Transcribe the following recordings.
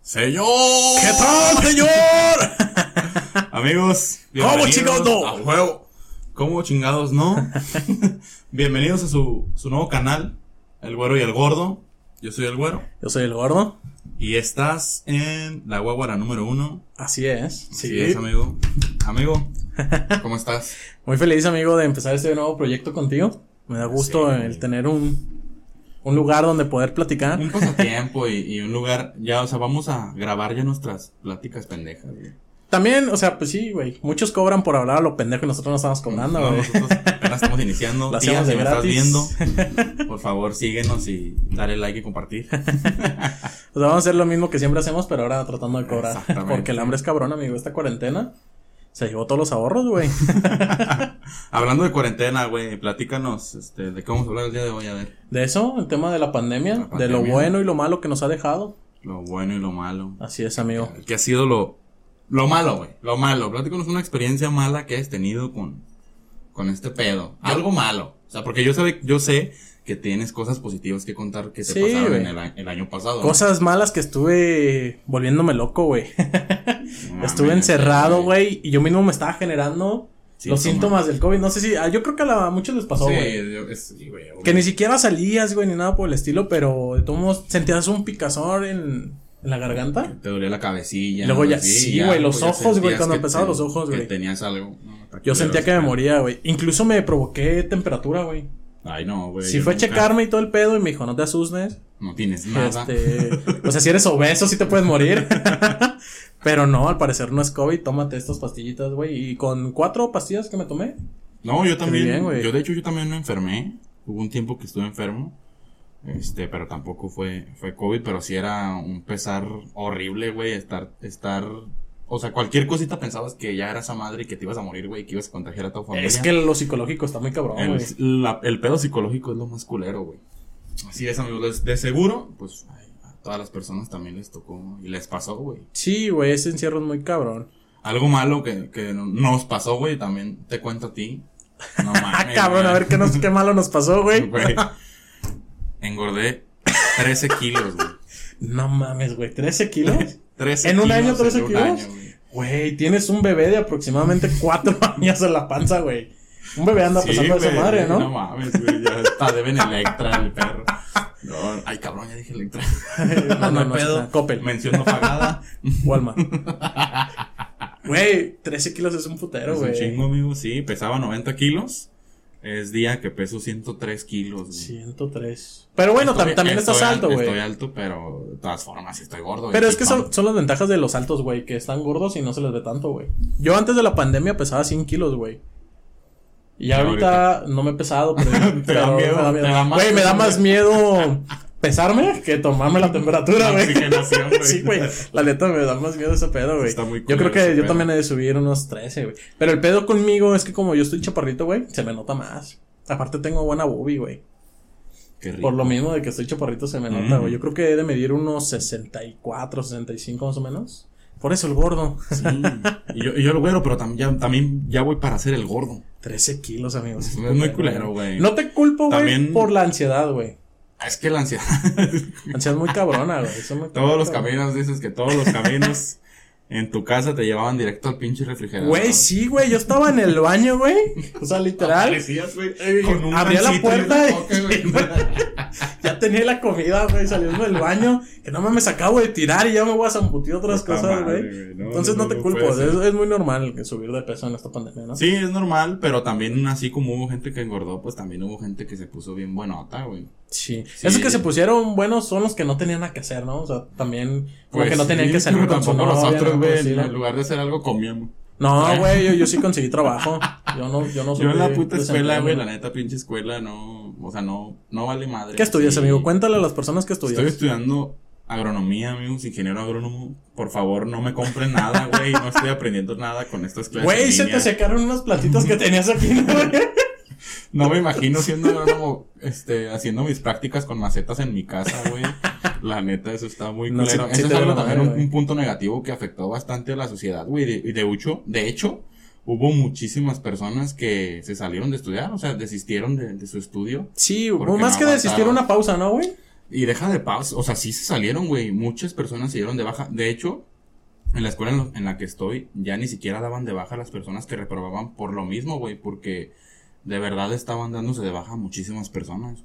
Señor. ¿Qué tal, señor? Amigos. ¿Cómo bienvenidos chingados no? A juego. ¿Cómo chingados no? bienvenidos a su, su nuevo canal, El Güero y el Gordo. Yo soy el Güero. Yo soy el gordo. Y estás en la guaguara número uno. Así es. Así es, amigo. Amigo, ¿cómo estás? Muy feliz, amigo, de empezar este nuevo proyecto contigo. Me da gusto Sí. el tener un, un lugar donde poder platicar. Un pasatiempo y, y un lugar. Ya, o sea, vamos a grabar ya nuestras pláticas pendejas. güey. También, o sea, pues sí, güey. Muchos cobran por hablar a lo pendejo y nosotros no estamos cobrando, No, güey. nosotros apenas estamos iniciando. Lo Tía, hacemos si de me estás viendo, gratis. por favor síguenos y dale like y compartir. O sea, vamos a hacer lo mismo que siempre hacemos, pero ahora tratando de cobrar. Exactamente. Porque el hambre es cabrón, amigo. Esta cuarentena se llevó todos los ahorros, güey. Hablando de cuarentena, güey, platícanos este, de qué vamos a hablar el día de hoy, a ver. De eso, el tema de la pandemia, La de lo pandemia. bueno y lo malo que nos ha dejado. Lo bueno y lo malo. Eh, Así es, amigo. ¿Qué ha sido lo, lo malo, güey? Lo malo. Platícanos una experiencia mala que hayas tenido con, con este pedo. Algo malo. O sea, porque yo, sabe, yo sé que tienes cosas positivas que contar que te Sí, pasaron güey. en el, a- el año pasado. ¿no? Cosas malas que estuve volviéndome loco, güey. No mames, Estuve encerrado, güey, y yo mismo me estaba generando los síntomas del COVID. No sé si, ah, yo creo que a, la- a muchos les pasó, Sí, güey. yo- es- sí, güey, obvio. Que ni siquiera salías, güey, ni nada por el estilo, pero de todos modos sentías un picazón en, en la garganta. Te dolía la cabecilla. Y luego ¿no? ya- Así, sí, güey, los ya ojos, güey, sentías cuando que empezaban te- los ojos, que güey. tenías algo. No, está culero, Yo sentía que me está- moría, güey. Incluso me provoqué temperatura, güey. Ay, no, güey. Sí yo fue a nunca- checarme y todo el pedo y me dijo, no te asustes. No tienes nada. Este, o sea, si eres obeso, sí te puedes morir. Pero no, al parecer no es COVID. Tómate estas pastillitas, güey. Y con cuatro pastillas que me tomé. No, yo también. bien, güey. yo de hecho yo también me enfermé. Hubo un tiempo que estuve enfermo. Este, pero tampoco fue fue COVID, pero sí era un pesar horrible, güey, estar estar o sea, cualquier cosita pensabas que ya era esa madre y que te ibas a morir, güey, que ibas a contagiar a tu familia. Es que lo psicológico está muy cabrón, el, güey. la- el pedo psicológico es lo más culero, güey. Así es, amigos, de, de seguro, pues ay, a todas las personas también les tocó y les pasó, güey. Sí, güey, ese encierro es muy cabrón. Algo malo que, que nos pasó, güey, también te cuento a ti. No Ah, mames. cabrón, a güey. ver qué, nos, qué malo nos pasó, güey. Güey, Engordé 13 kilos, güey. No mames, güey, 13 kilos. 13 ¿En un kilos año 13 en un kilos? año, güey. Güey, tienes un bebé de aproximadamente cuatro años en la panza, güey. Un bebé anda Sí, pasando de esa güey, madre, ¿no? No mames, güey. Ya está deben Electra, el perro. No, ay, cabrón, ya dije Electra. no, no, hay no, pedo. no, Coppel. Mención no pagada. Walmart. Güey, 13 kilos es un putero, es un güey. chingo, amigo. Sí, pesaba 90 kilos. Es día que peso 103 kilos, güey. 103. Pero bueno, tam- Estoy- también estás estoy al- alto, Estoy güey. alto, pero de todas formas estoy gordo. Pero güey. es que Pam. son, son las ventajas de los altos, güey, que están gordos y no se les ve tanto, güey. Yo antes de la pandemia pesaba 100 kilos, güey. Y ya Y ahorita, no me he pesado, pero, Te da pero miedo, me da miedo. te da más Güey, me da miedo, más miedo pesarme que tomarme la temperatura, La güey. oxigenación, güey. sí, güey. La neta me da más miedo ese pedo, güey. Está muy Yo creo culero ese que yo pedo. también he de subir unos 13, güey. Pero el pedo conmigo es que como yo estoy chaparrito, güey, se me nota más. Aparte tengo buena boobie, güey. Qué rico. Por lo mismo de que estoy chaparrito se me nota, Mm. güey. Yo creo que he de medir unos 64, 65 más o menos. Por eso el gordo. Sí. Y yo, y yo lo güero, pero tam- ya- también ya voy para ser el gordo. 13 kilos, amigos. Es muy culero, güey. No te culpo, güey, También- por la ansiedad, güey. Ah, Es que la ansiedad. Ansiedad muy cabrona, güey. Eso me- todos los caminos, dices que todos los caminos en tu casa te llevaban directo al pinche refrigerador. Güey, sí, güey. Yo estaba en el baño, güey. O sea, literal. Aparecías, güey, Eh, con un abría la gancito puerta y y- una coca, güey. Ya tenía la comida, güey, saliendo del baño. Que no mames, acabo de tirar y ya me voy a zamputir otras Puta cosas, madre, güey. güey. No, Entonces no, no, te no culpo. ¿eh? puede Es, es muy normal que subir de peso en esta pandemia, ¿no? Sí, es normal, pero también así como hubo gente que engordó, pues también hubo gente que se puso bien buenota, güey. Sí. Sí. Esos que se pusieron buenos son los que no tenían nada que hacer, ¿no? O sea, también como Pues que no tenían sí, que salir pero con su tampoco novia, nosotros, ¿no? Pues güey, Sí, en ¿no? lugar de hacer algo comíamos. No, güey, yo, yo sí conseguí trabajo. Yo no, yo no Yo en la sufrí puta escuela, desempleo, güey, la neta pinche escuela, no, o sea, no, no vale madre. ¿Qué estudias, Sí. amigo? Cuéntale a las personas que Estoy estudias. estudiando agronomía, amigos, ingeniero agrónomo. Por favor, no me compren nada, güey. No estoy aprendiendo nada con estas clases. en Güey, se línea. te secaron unas platitas que tenías aquí, ¿no, güey? No me imagino siendo agrónomo, este, haciendo mis prácticas con macetas en mi casa, güey. La neta, eso está muy No, culero. sí- sí Ese te es algo van a también ver, un, güey. un punto negativo que afectó bastante a la sociedad, güey. De- Y de, hecho, de hecho, hubo muchísimas personas que se salieron de estudiar, o sea, desistieron de, de su estudio. Sí, Porque más no que desistir aguantaron. una pausa, ¿no, güey? Y deja de pausa. O sea, sí se salieron, güey. Muchas personas se dieron de baja. De hecho, en la escuela en, lo- en la que estoy, ya ni siquiera daban de baja a las personas que reprobaban por lo mismo, güey. Porque de verdad estaban dándose de baja a muchísimas personas.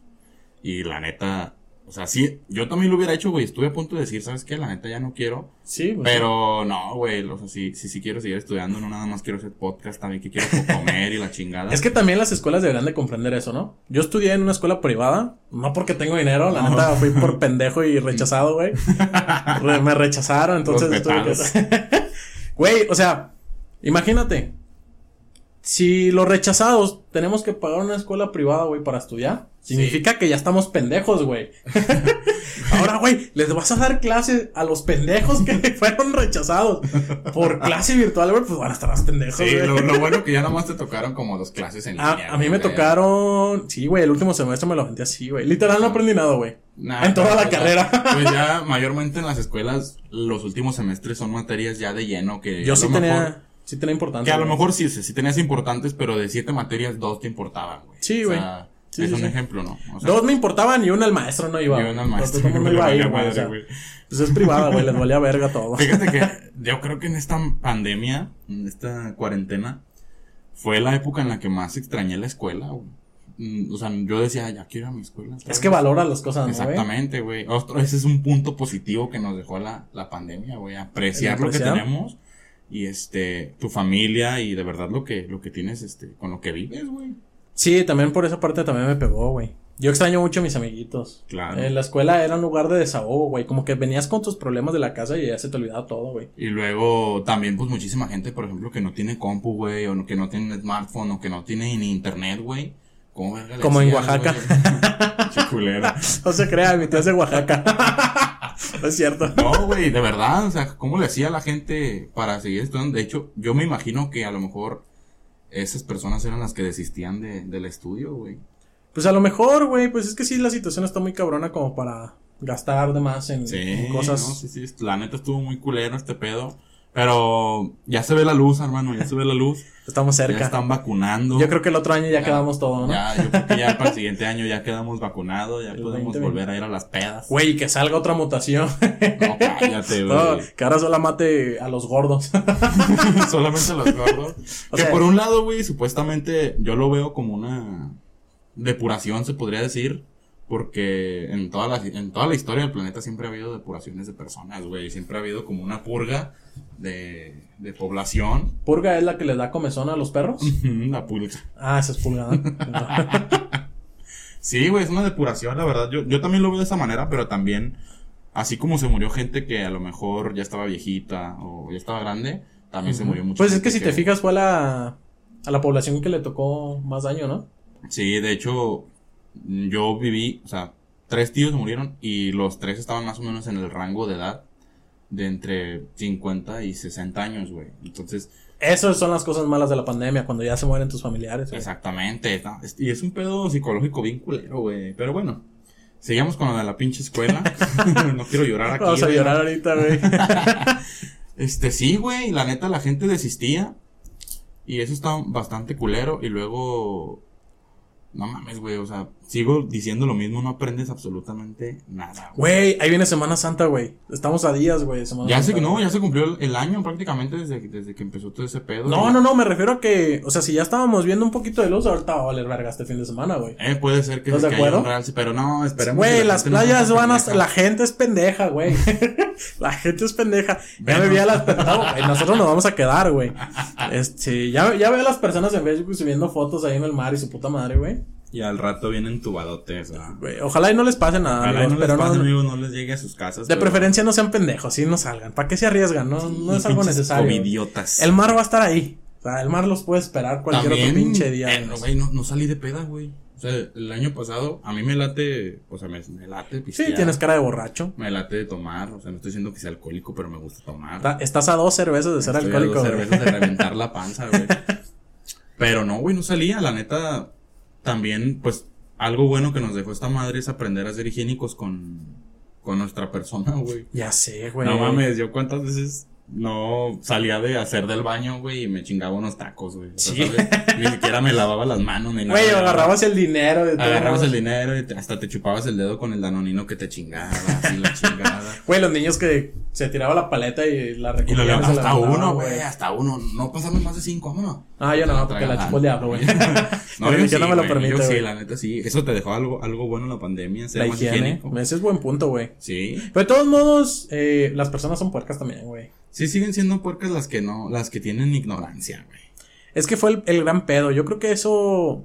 Y la neta, o sea, sí, yo también lo hubiera hecho, güey. Estuve a punto de decir, ¿sabes qué? La neta ya no quiero. Sí, pues, Pero no, güey. O sea, sí, sí, sí quiero seguir estudiando. No nada más quiero hacer podcast. También que quiero comer y la chingada. Es que también las escuelas deberían de comprender eso, ¿no? Yo estudié en una escuela privada, no porque tengo dinero, la No. neta fui por pendejo y rechazado, güey. Re- me rechazaron, entonces Los tuve que- Güey, o sea, imagínate. Si los rechazados tenemos que pagar una escuela privada, güey, para estudiar, Sí. significa que ya estamos pendejos, güey. Ahora, güey, les vas a dar clases a los pendejos que fueron rechazados por clase virtual, güey, pues van a estar más pendejos, Sí, güey. lo, lo bueno que ya nomás te tocaron como dos clases en A, línea. Ah, a mí güey, me o sea, tocaron. Sí, güey, el último semestre me lo aventé así, güey. Literal no aprendí nada, güey. nah, en toda pues, la ya- carrera. Pues ya, mayormente en las escuelas, los últimos semestres son materias ya de lleno que. Yo a sí lo tenía. mejor- Sí tenía importante. que a lo güey. mejor sí, sí sí tenías importantes, pero de siete materias, dos te importaban, güey. Sí, O güey. sea, Sí, es sí, un sí. ejemplo, ¿no? O sea, Dos me importaban y una al maestro no iba. yo en el maestro, Todo el mundo iba a me ir, valía güey, madre, o sea, güey. pues es privada, güey. Les valía verga todo. Fíjate que yo creo que en esta pandemia, en esta cuarentena, fue la época en la que más extrañé la escuela, güey. Mm, O sea, yo decía, ya quiero ir a mi escuela. otra Es que vez". valora las cosas, ¿no, güey? Exactamente, güey. Otro- Ese es un punto positivo que nos dejó la, la pandemia, güey. Apreciar El lo que apreciar. tenemos y este, tu familia y de verdad lo que, lo que tienes, este, con lo que vives, güey. Sí, también por esa parte también me pegó, güey. Yo extraño mucho a mis amiguitos. Claro. Eh, la escuela era un lugar de desahogo, güey. Como que venías con tus problemas de la casa y ya se te olvidaba todo, güey. Y luego también, pues, muchísima gente, por ejemplo, que no tiene compu, güey, o no- que no tiene un smartphone, o que no tiene ni internet, güey. ¿Cómo verga le Como en hacías, Oaxaca. güey? Che culero. No se crea, mi tío es de Oaxaca. no es cierto. No, güey, de verdad, o sea, ¿cómo le hacía la gente para seguir estudiando? De hecho, yo me imagino que a lo mejor esas personas eran las que desistían de, del estudio, güey. Pues a lo mejor, güey, pues es que sí, la situación está muy cabrona como para gastar de más en, Sí, en cosas. cosas. sí, sí, la neta estuvo muy culero este pedo. Pero ya se ve la luz, hermano, ya se ve la luz. Estamos Ya cerca. están vacunando. Yo creo que el otro año ya, quedamos todo, ¿no? Ya, yo creo que ya para el siguiente año ya quedamos vacunados, ya El podemos 2020. volver a ir a las pedas. Güey, que salga otra mutación. No, cállate, güey. No, que ahora solo mate a los gordos. Solamente los gordos. O que sea- por un lado, güey, supuestamente yo lo veo como una depuración, se podría decir. Porque en toda, la, en toda la historia del planeta siempre ha habido depuraciones de personas, güey. Siempre ha habido como una purga de, de población. ¿Purga es la que le da comezón a los perros? Mm. la purga. Ah, esa es pulgada. No. Sí, güey, es una depuración, la verdad. Yo, yo también lo veo de esa manera, pero también, así como se murió gente que a lo mejor ya estaba viejita o ya estaba grande, también se murió mucha Pues es gente que si te fijas fue a la, a la población que le tocó más daño, ¿no? Sí, de hecho, yo viví, o sea, tres tíos murieron y los tres estaban más o menos en el rango de edad de entre 50 y 60 años, güey. Entonces, Esas son las cosas malas de la pandemia, cuando ya se mueren tus familiares. güey. exactamente. ¿no? Es- Y es un pedo psicológico bien culero, güey. Pero bueno, sigamos con lo de la pinche escuela. no quiero llorar aquí. Vamos a güey. llorar ahorita, güey. Este, sí, güey, la neta la gente desistía. Y eso está bastante culero. Y luego, no mames, güey, o sea, sigo diciendo lo mismo, no aprendes absolutamente nada, güey. Güey, ahí viene Semana Santa, güey. Estamos a días, güey. de Semana Ya se, Santa, no, güey. ya se cumplió el- el año prácticamente desde, desde que empezó todo ese pedo. No, no, no, me refiero a que, o sea, si ya estábamos viendo un poquito de luz, ahorita va a valer verga este fin de semana, güey. Eh, puede ser que, ¿Estás de que haya un acuerdo? realce, pero no, esperemos. que Güey, la las gente no sea playas tan van a... pendeja. La gente es pendeja, güey. la gente es pendeja. Ya Ven. me vi a las... No, güey, nosotros nos vamos a quedar, güey. Este, ya, ya veo a las personas en Facebook subiendo fotos ahí en el mar y su puta madre, güey. Y al rato vienen tubadotes, ¿verdad? Güey, Ojalá y no les pase nada, Ojalá amigos, no les Ah, pero pase, no- amigo, no les llegue a sus casas. De pero- preferencia no sean pendejos, sí no salgan. ¿Para qué se arriesgan? No, no es algo Pinches necesario. güey. covidiotas. El mar va a estar ahí. O sea, el mar los puede esperar cualquier También, otro pinche día. eh, no, güey, no, no salí de peda, güey. O sea, el año pasado a mí me late, o sea, me, me late sí, pistear. tienes cara de borracho. Me late de tomar, o sea, no estoy diciendo que sea alcohólico, pero me gusta tomar. Ta- Estás a dos cervezas de ser Estoy a alcohólico. dos güey. cervezas de reventar la panza, güey. Pero no, güey, no salía, la neta. También, pues, algo bueno que nos dejó esta madre es aprender a ser higiénicos con, con nuestra persona, güey. Ya sé, güey. No mames, yo cuántas veces no salía de hacer del baño, güey, y me chingaba unos tacos, güey. O sea, Sí. ¿sabes? Ni siquiera me lavaba las manos ni nada. Güey, agarrabas el dinero. De todo. Agarrabas el dinero y te- hasta te chupabas el dedo con el danonino que te chingaba, así la chingada. Güey, los niños que se tiraba la paleta y la Y lo recogían. levantaba se la hasta mandaban, uno, güey, hasta uno. No pasamos más de cinco, vámonos. Ah, yo no, porque la chupó el diablo, güey. no, Pero yo ya sí, no me lo güey, permite, Yo sí, güey. la neta sí. Eso te dejó algo, algo bueno la pandemia, ser La más higiene. higiénico. Ese es buen punto, güey. Sí. Pero de todos modos, eh, las personas son puercas también, güey. Sí siguen siendo puercas las que no, las que tienen ignorancia, güey. Es que fue el, el gran pedo. Yo creo que eso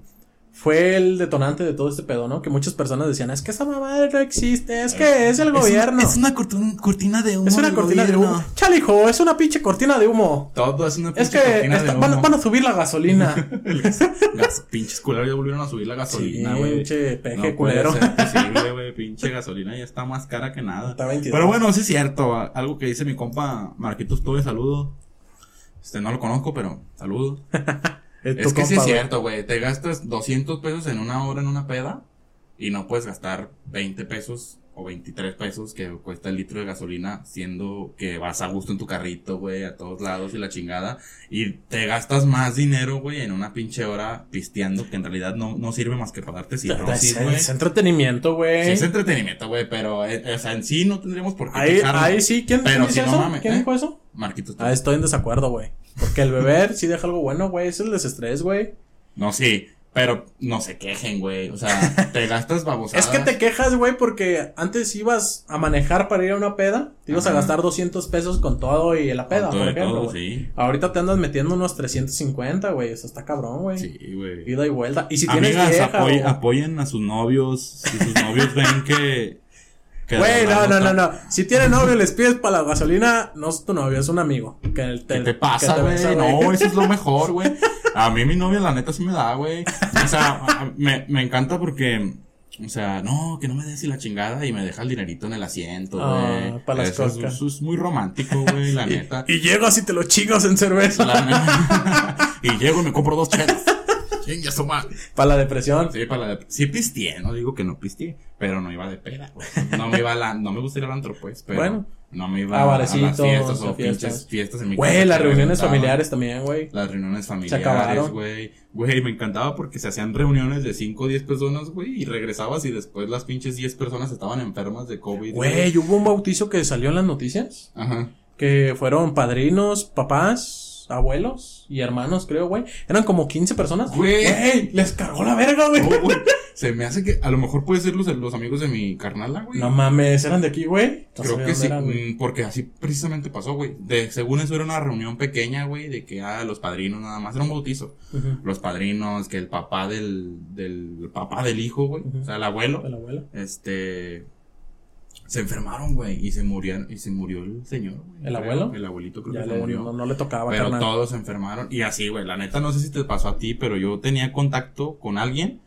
fue el detonante de todo este pedo, ¿no? Que muchas personas decían, es que esa mamada no existe, es que es el gobierno. Es una cortu- cortina de humo. Es una del cortina de gobierno. humo. Chale, hijo, es una pinche cortina de humo. Todo es una Es pinche que cortina esta- de van, a- humo. van a subir la gasolina. Las pinches culeros ya volvieron a subir la gasolina, Sí, güey. pinche peje puede culero. ser posible, güey. Pinche gasolina ya está más cara que nada. Está 22. Pero bueno, sí es cierto. a- Algo que dice mi compa Marquitos Tuve, saludo. Este, no lo conozco, pero saludo. Eh, tu Es que sí es compa, güey. cierto, güey. Te gastas 200 pesos en una hora en una peda y no puedes gastar 20 pesos o 23 pesos que cuesta el litro de gasolina siendo que vas a gusto en tu carrito, güey, a todos lados y la chingada. Y te gastas más dinero, güey, en una pinche hora pisteando que en realidad no, no sirve más que para darte cirrosis, Es, güey. es entretenimiento, Sí, güey. es entretenimiento, güey, pero eh, o sea, en sí no tendríamos por qué ahí, quejarnos. ahí sí, ¿quién, Pero quién si dice no eso? mames, ¿Quién ¿eh? dijo eso? Marquitos, tú. Ah, estoy en desacuerdo, güey. Porque el beber sí deja algo bueno, güey. Es el desestrés, güey. no, sí, pero no se quejen, güey. O sea, te gastas babosadas. Es que te quejas, güey, porque antes ibas a manejar para ir a una peda. Te ibas a Ajá. gastar 200 pesos con todo y la peda, Con todo por y ejemplo. todo, güey. sí. Ahorita te andas metiendo unos 350, güey. Eso está cabrón, güey. Sí, güey. Ida y vuelta. Y si tienes Amigas, vieja, apoy- güey. apoyen a sus novios. Si sus novios ven que. que de Güey, no, verdad no, no, está- no. Si tiene novio, les pides para la gasolina. No es tu novio, es un amigo. Que el- ¿Qué te que pasa, güey? besa, No, eso es lo mejor, güey. A mí mi novia, la neta, sí me da, güey. O sea, a- a- me, me encanta porque. O sea, no, que no me des y la chingada y me deja el dinerito en el asiento, Ah, güey. pa' las Eso es- coscas. eso es muy romántico, güey, la neta. Y llegas y te lo chingas en cerveza. La neta. y llego y me compro dos chelas. Chingue su madre. Para la depresión. Sí, para la de- sí pisteé, no digo que no pisteé, pero no iba de peda. güey. No me iba a la, no me gusta ir al antro, pues, pero Bueno. no me iba A a, barecitos, las fiestas a o fiestas. pinches fiestas en mi casa Güey, que las me reuniones aventaban. familiares también, güey. Las reuniones acabaron. familiares, güey. Güey, me encantaba porque se hacían reuniones de 5 o 10 personas, güey, y regresabas y después las pinches 10 personas estaban enfermas de COVID. Güey, hubo un bautizo que salió en las noticias. Ajá. Que fueron padrinos, papás, abuelos y hermanos, creo, güey. Eran como 15 personas. Güey. les cargó la verga, güey. Oh, güey, se me hace que a lo mejor puede ser los, los amigos de mi carnala, güey. No mames, eran de aquí, güey. No Creo sabía que dónde sí, eran, güey. mm, porque así precisamente pasó, güey. De, según eso era una reunión pequeña, güey, de que ah, los padrinos nada más, era un bautizo. Ujú. Los padrinos, que el papá del, del papá del hijo, güey, Ujú. o sea, el abuelo, El abuelo. este, se enfermaron, güey, y se murieron, y se murió el señor, güey. ¿El creo. abuelo? El abuelito creo Ya que le- se murió. no, no le tocaba, Pero Ah, carnal. todos se enfermaron. Y así, güey, la neta no sé si te pasó a ti, pero yo tenía contacto con alguien.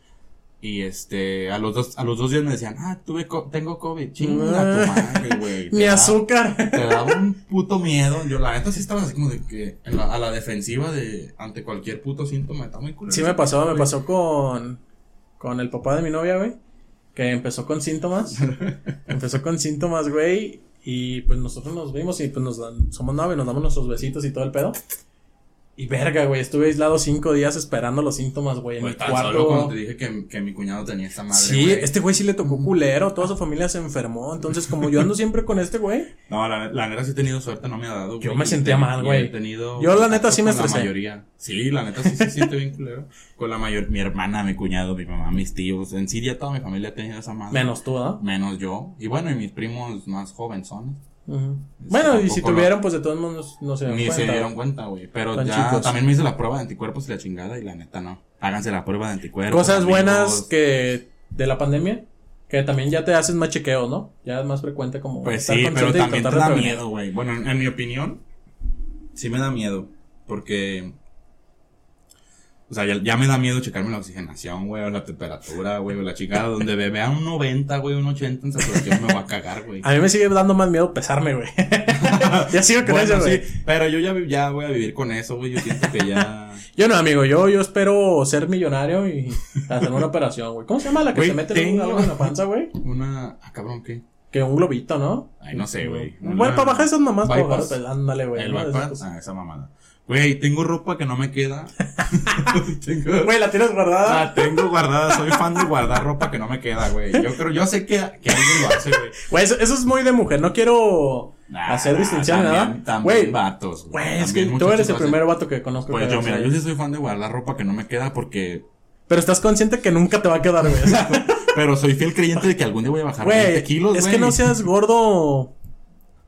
Y este, a los dos, a los dos días me decían, ah, tuve co- tengo COVID, chinga Ah. tu madre, güey. Ni Te da- azúcar. Te daba un puto miedo. Yo, la neta, sí estaba así como de que en la- a la defensiva de ante cualquier puto síntoma. Está muy culero. Sí me pasó, me Güey. pasó con con el papá de mi novia, güey, que empezó con síntomas. empezó con síntomas, güey, y pues nosotros nos vimos y pues nos dan, somos nueve, nos damos nuestros besitos y todo el pedo. Y verga, güey, estuve aislado cinco días esperando los síntomas, güey, en Güey, mi Pues tan solo cuando cuarto. te dije que, que mi cuñado tenía esta madre. Sí, güey. este güey sí le tocó culero, toda su familia se enfermó, entonces como yo ando siempre con este güey, No, la, la neta sí he tenido suerte, no me ha dado. Yo güey. me Y sentía te- mal, y güey. he tenido Yo, la neta, sí me contacto con estresé. La mayoría. Sí, la neta sí se siente bien culero. Con la mayor, mi hermana, mi cuñado, mi mamá, mis tíos. En sí ya toda mi familia ha tenido esa madre. menos tú, ¿no? Menos yo. Y bueno, y mis primos más jovenzones. Ujú. Bueno, y si Tampoco lo- tuvieron, pues de todos modos no se dieron Ni cuenta. se güey. dieron cuenta, güey. Pero Tan ya chicos. también me hice la prueba de anticuerpos y la chingada. Y la neta no. Háganse la prueba de anticuerpos. Cosas amigos. buenas que de la pandemia, que también ya te haces más chequeos, ¿no? Ya es más frecuente como Pues estar sí, pero consciente y también te tratar de da prevenir. miedo, güey. Bueno, en, en mi opinión, sí me da miedo. Porque. O sea, ya, ya me da miedo checarme la oxigenación, güey, o la temperatura, güey, o la chingada. Donde ve- vea un 90, güey, un 80 en saturación, me va a cagar, güey. A mí me sigue dando más miedo pesarme, güey. ya sigo con Bueno, eso, güey. sí, pero yo ya, vi- ya voy a vivir con eso, güey. Yo siento que ya. Yo no, amigo, yo, yo espero ser millonario y hacer una operación, güey. ¿Cómo se llama la que Güey, se mete tengo- algo en la panza, güey? Una. Ah, cabrón, ¿qué? Que Que un globito, ¿no? Ay, no sé, güey. Bueno, para bajar esas mamás, para bajar, Bypass. pues, ándale, güey. El ¿no? Esas bypass. cosas. Ah, esa mamada. Güey, tengo ropa que no me queda. tengo... Güey, la tienes guardada. La tengo guardada, soy fan de guardar ropa que no me queda, güey. Yo creo, yo sé que, que alguien lo hace, güey. Güey, eso, eso es muy de mujer. No quiero Nah, hacer distinción, ¿verdad? también- También Güey, vatos, güey, es que También tú muchachos eres el lo hacen. primer vato que conozco. Pues que yo, hace mira, eso. yo sí soy fan de guardar ropa que no me queda porque. Pero estás consciente que nunca te va a quedar, güey. O sea, Pero soy fiel creyente de que algún día voy a bajar 20 Güey, kilos, güey. es que no seas gordo.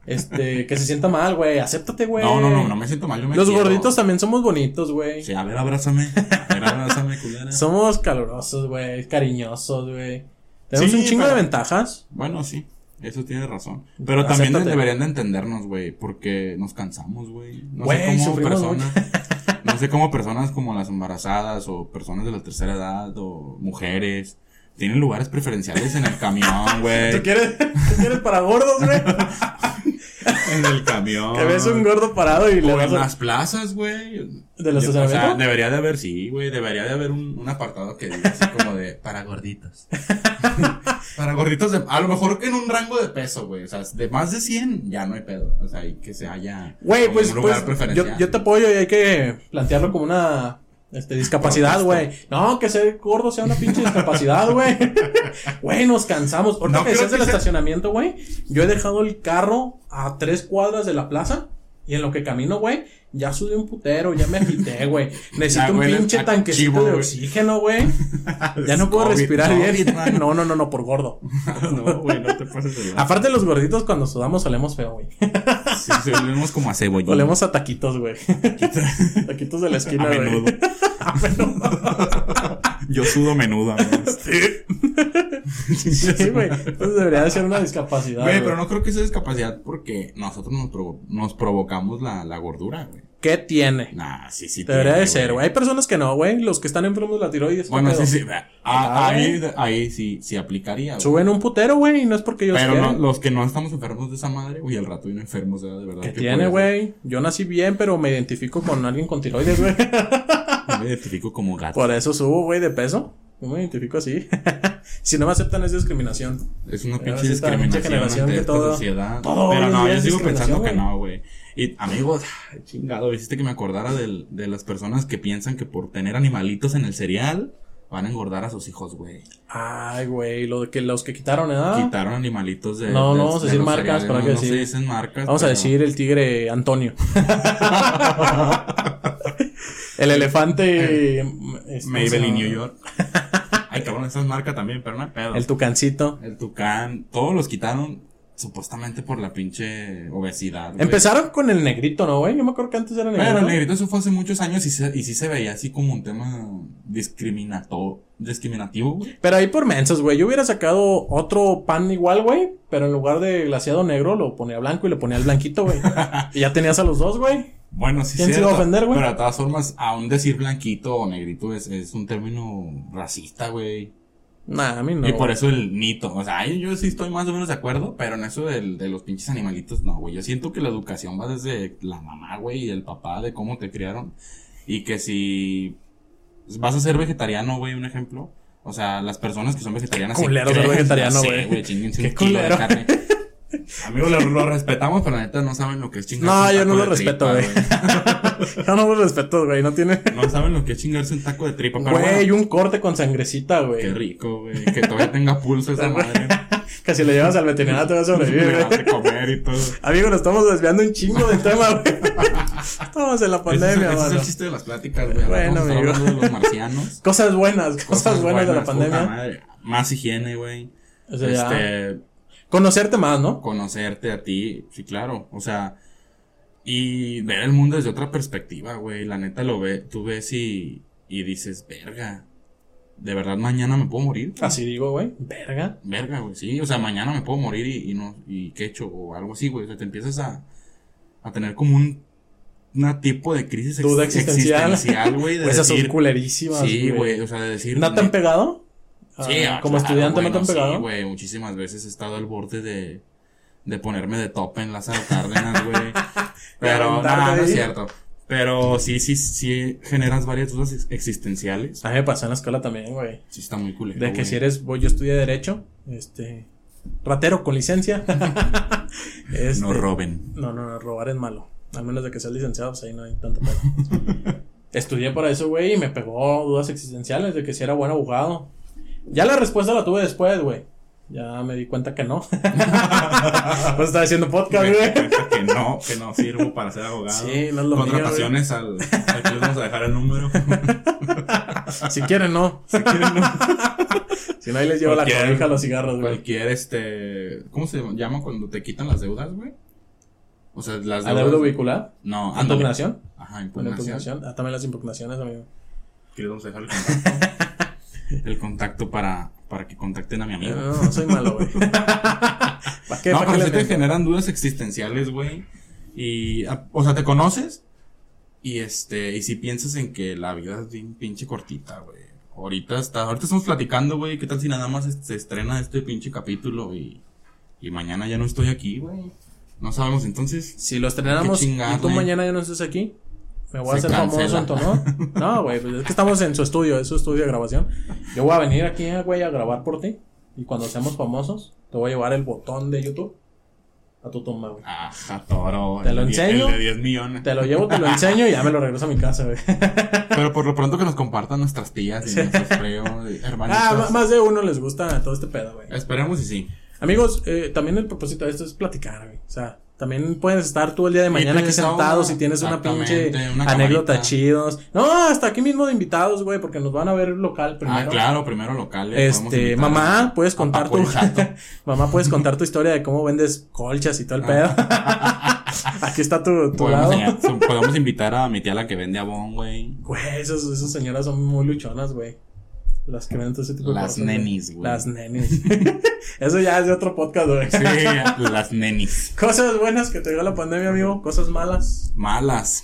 Este, que se sienta mal, güey. Acéptate, güey. No, no, no, no me siento mal, yo me Los quiero. gorditos también somos bonitos, güey. Sí, a ver, abrázame. A ver, abrázame, culera. Somos calurosos, güey. Cariñosos, güey. Tenemos Sí, un chingo pero- de ventajas. Bueno, sí, eso tiene razón. Pero también Acéptate. deberían de entendernos, güey, porque nos cansamos, güey. No Güey, sé cómo sufrimos personas. no sé cómo personas como las embarazadas o personas de la tercera edad o mujeres tienen lugares preferenciales en el camión, ¿Tú güey. quieres, tú quieres para gordos, güey? en el camión. Que ves un gordo parado y le O das en un- las plazas, güey. ¿Del Yo- O sea, estacionamiento? debería de haber, sí, güey. Debería de haber un, un apartado que diga así como de para gorditos. para gorditos, de- a lo mejor que en un rango de peso, güey. O sea, de más de 100 ya no hay pedo. O sea, y que se haya Güey, como pues, un lugar pues, yo, preferencial. yo te apoyo y hay que plantearlo como una este, discapacidad, güey. No, que ser gordo sea una pinche discapacidad, güey. Güey, nos cansamos. Ahorita No que creo decías que del sea- estacionamiento, güey, yo he dejado el carro a tres cuadras de la plaza y en lo que camino, güey, ya sudé un putero, ya me agité, güey. Necesito Ya un huele pinche a tanquecito chivo, de güey. oxígeno, güey. Ya no puedo COVID, respirar no, bien. Vietnam. No, no, no, no, por gordo. no, güey, no te pases de la. Aparte, los gorditos cuando sudamos olemos feo, güey. Sí, sí, olemos como a cebollín. Olemos a taquitos, güey. Taquitos de la Ah, a esquina, menudo. güey. A menudo. Yo sudo menudo, amigos. Sí, güey. Entonces debería de ser una discapacidad. Güey, güey. pero no creo que sea discapacidad porque nosotros nos, provo- nos provocamos la, la gordura, güey. ¿Qué tiene? Nah, sí, sí. Debería tiene, de ser, güey. Hay personas que no, güey. Los que están enfermos de la tiroides. Bueno, ¿qué pedo? sí, sí. a- a- Ah, ahí, ahí sí, sí aplicaría. güey. Suben un putero, güey. Y no es porque ellos Pero no, quieran. los que no estamos enfermos de esa madre, güey, al rato vienen enfermos, ¿verdad? de verdad. ¿Qué que tiene, por eso güey? Yo nací bien, pero me identifico con alguien con tiroides, güey. Yo me identifico como gato. Por eso subo, güey, de peso. Yo me identifico así. si no me aceptan es discriminación. Es una Pero pinche sí está, mucha discriminación generación ante que esta todo- sociedad. todo hoy Pero en no, día yo es sigo pensando que discriminación, no, güey. Y amigos, ay, chingado, hiciste que me acordara del- de las personas que piensan que por tener animalitos en el cereal van a engordar a sus hijos, güey. Ay, güey. Lo de que los que quitaron, ¿eh? Quitaron animalitos de. No, de- no vamos a de decir los marcas, cereales, ¿para no, qué no se decir? dicen marcas. Vamos a pero- decir el tigre Antonio. el elefante. este, Mabel ¿cómo se y llama? New York. Ay, cabrón, esas marcas también, pero no hay pedo. El tucancito. El Tucán, todos los quitaron supuestamente por la pinche obesidad. güey. Empezaron con el negrito, ¿no, güey? Yo me acuerdo que antes era negrito. Pero el negrito eso fue hace muchos años y, se- y sí se veía así como un tema discriminato, discriminativo, güey. Pero ahí por mensos, güey. Yo hubiera sacado otro pan igual, güey. Pero en lugar de glaciado negro, lo ponía blanco y le ponía el blanquito, güey. y ya tenías a los dos, güey. Bueno, sí ¿Quién se cierto, iba a ofender, güey? Pero de todas formas, aún decir blanquito o negrito es, es un término racista, güey. Nah, a mí no. y por güey. eso el nito. O sea, ahí yo sí estoy más o menos de acuerdo, pero en eso del- de los pinches animalitos, no, güey. Yo siento que la educación va desde la mamá, güey, y el papá, de cómo te criaron. Y que si vas a ser vegetariano, güey, un ejemplo. O sea, las personas que son vegetarianas. se Culero ser creen, vegetariano, ya sé, güey. chínguense Qué un kilo de culero. carne. Amigos, lo, lo respetamos, pero la neta no saben lo que es chingarse No, un yo taco no lo de respeto, tripa, güey. Yo no los respeto, güey. No tiene. No saben lo que es chingarse un taco de tripa, pero bueno, Güey, un corte con sangrecita, qué güey. rico, güey. Que todavía tenga pulso esa madre. Que si le llevas al veterinario te va a sobrevivir, Le das güey. de comer y todo. Amigo, nos estamos desviando un chingo del tema, güey. Estamos en la ese, pandemia, es- ese es mano. el chiste de las pláticas, güey. Ahora Bueno, vamos a estar amigo. hablando de los marcianos. Cosas buenas, cosas, buenas, de la puta pandemia. madre. Más higiene, güey. O sea, ya, este, Conocerte más, ¿no? conocerte a ti, sí, claro. O sea, y ver el mundo desde otra perspectiva, güey. La neta lo ve, tú ves y, y dices, verga, de verdad mañana me puedo morir. Así digo, güey. Verga. Verga, güey, sí, o sea, mañana me puedo morir y, y no, y qué he hecho, o algo así, güey, o sea, te empiezas a, a tener como un, una tipo de crisis Duda ex- existencial. existeal, güey, de Pues esas son decir, culerísimas, sí, güey, o sea, de decir, ¿No te han pegado? Sí, Ah, ah, como claro, estudiante güey, no te han pegado. Sí, güey, muchísimas veces he estado al borde de, de ponerme de tope en Lázaro Cárdenas, güey. Pero, Aventarte nada, no es ahí. cierto. Pero sí, sí, sí generas varias dudas ex- existenciales. A mí me pasó en la escuela también, güey. Sí está muy culero, De que güey. si eres, güey, yo estudié Derecho, este, ratero con licencia. Este, No roben. No, no, no, robar es malo. Al menos de que seas licenciado, pues ahí no hay tanto pedo. Estudié para eso, güey, y me pegó dudas existenciales de que si era buen abogado. Ya la respuesta la tuve después, güey. Ya me di cuenta que no. pues estaba haciendo podcast, Me di güey. cuenta que no, que no sirvo para ser abogado. Sí, no es lo mío, Pues, Contrataciones al, al que les vamos a dejar el número. Si quieren, no. Si quieren, no. si no, ahí les llevo la Cualquier- cobija a los cigarros, güey. Cualquier este. ¿Cómo se llama cuando te quitan las deudas, güey? O sea, las ¿A deuda deudas. vehicular? Ah, No, ándale. ¿Impugnación? Ajá, Bueno, impugnación. impugnación. Ah, también las impugnaciones, amigo. Aquí les vamos a dejar el contacto. el contacto para, para que contacten a mi No, amigo. no, no, soy malo, güey. ¿Para Ah, qué? no, ¿Para qué pero sí le te meto? generan dudas existenciales, güey. Y, a- o sea, te conoces. Y este, y si piensas en que la vida es bien pinche cortita, güey. Ahorita está, ahorita estamos platicando, güey. ¿Qué tal si nada más es- se estrena este pinche capítulo y, y mañana ya no estoy aquí, güey? No sabemos, entonces. Si lo estrenamos Qué chingada, y tú güey. mañana ya no estás aquí, me voy a Se hacer famoso cancela. en tu honor. No, güey, pues es que estamos en su estudio, es su estudio de grabación. Yo voy a venir aquí, eh, güey, a grabar por ti. Y cuando seamos famosos, te voy a llevar el botón de YouTube a tu tumba, güey. Ajá, toro. Te lo el de die- enseño. El de 10 millones. Te lo llevo, te lo enseño y ya me lo regreso a mi casa, güey. Pero por lo pronto que nos compartan nuestras tías y nuestros primos, y hermanitas. Ah, ma- más de uno les gusta todo este pedo, güey. Esperemos y sí. Ah, Amigos, eh, también el propósito de esto es platicar, güey. O sea, también puedes estar tú el día de mañana aquí desahogo, sentado si tienes una pinche exactamente, una anécdota camarita. chidos. No, hasta aquí mismo de invitados, güey, porque nos van a ver local primero. Ah, claro, primero locales. podemos Este, invitar mamá, puedes a contar Paco tu el Chato. mamá, puedes contar tu historia de cómo vendes colchas y todo el pedo. aquí está tu, tu Ah. Podemos, lado. enseñar- so- podemos invitar a mi tía la que vende abón, güey. Güey, esas, esas señoras son muy luchonas, güey. Las que venden todo ese tipo de Las cosas, güey. nenis, güey. Las nenis. Eso ya es de otro podcast, güey. Sí, las nenis. Cosas buenas que te dio la pandemia, amigo. Cosas malas. Malas.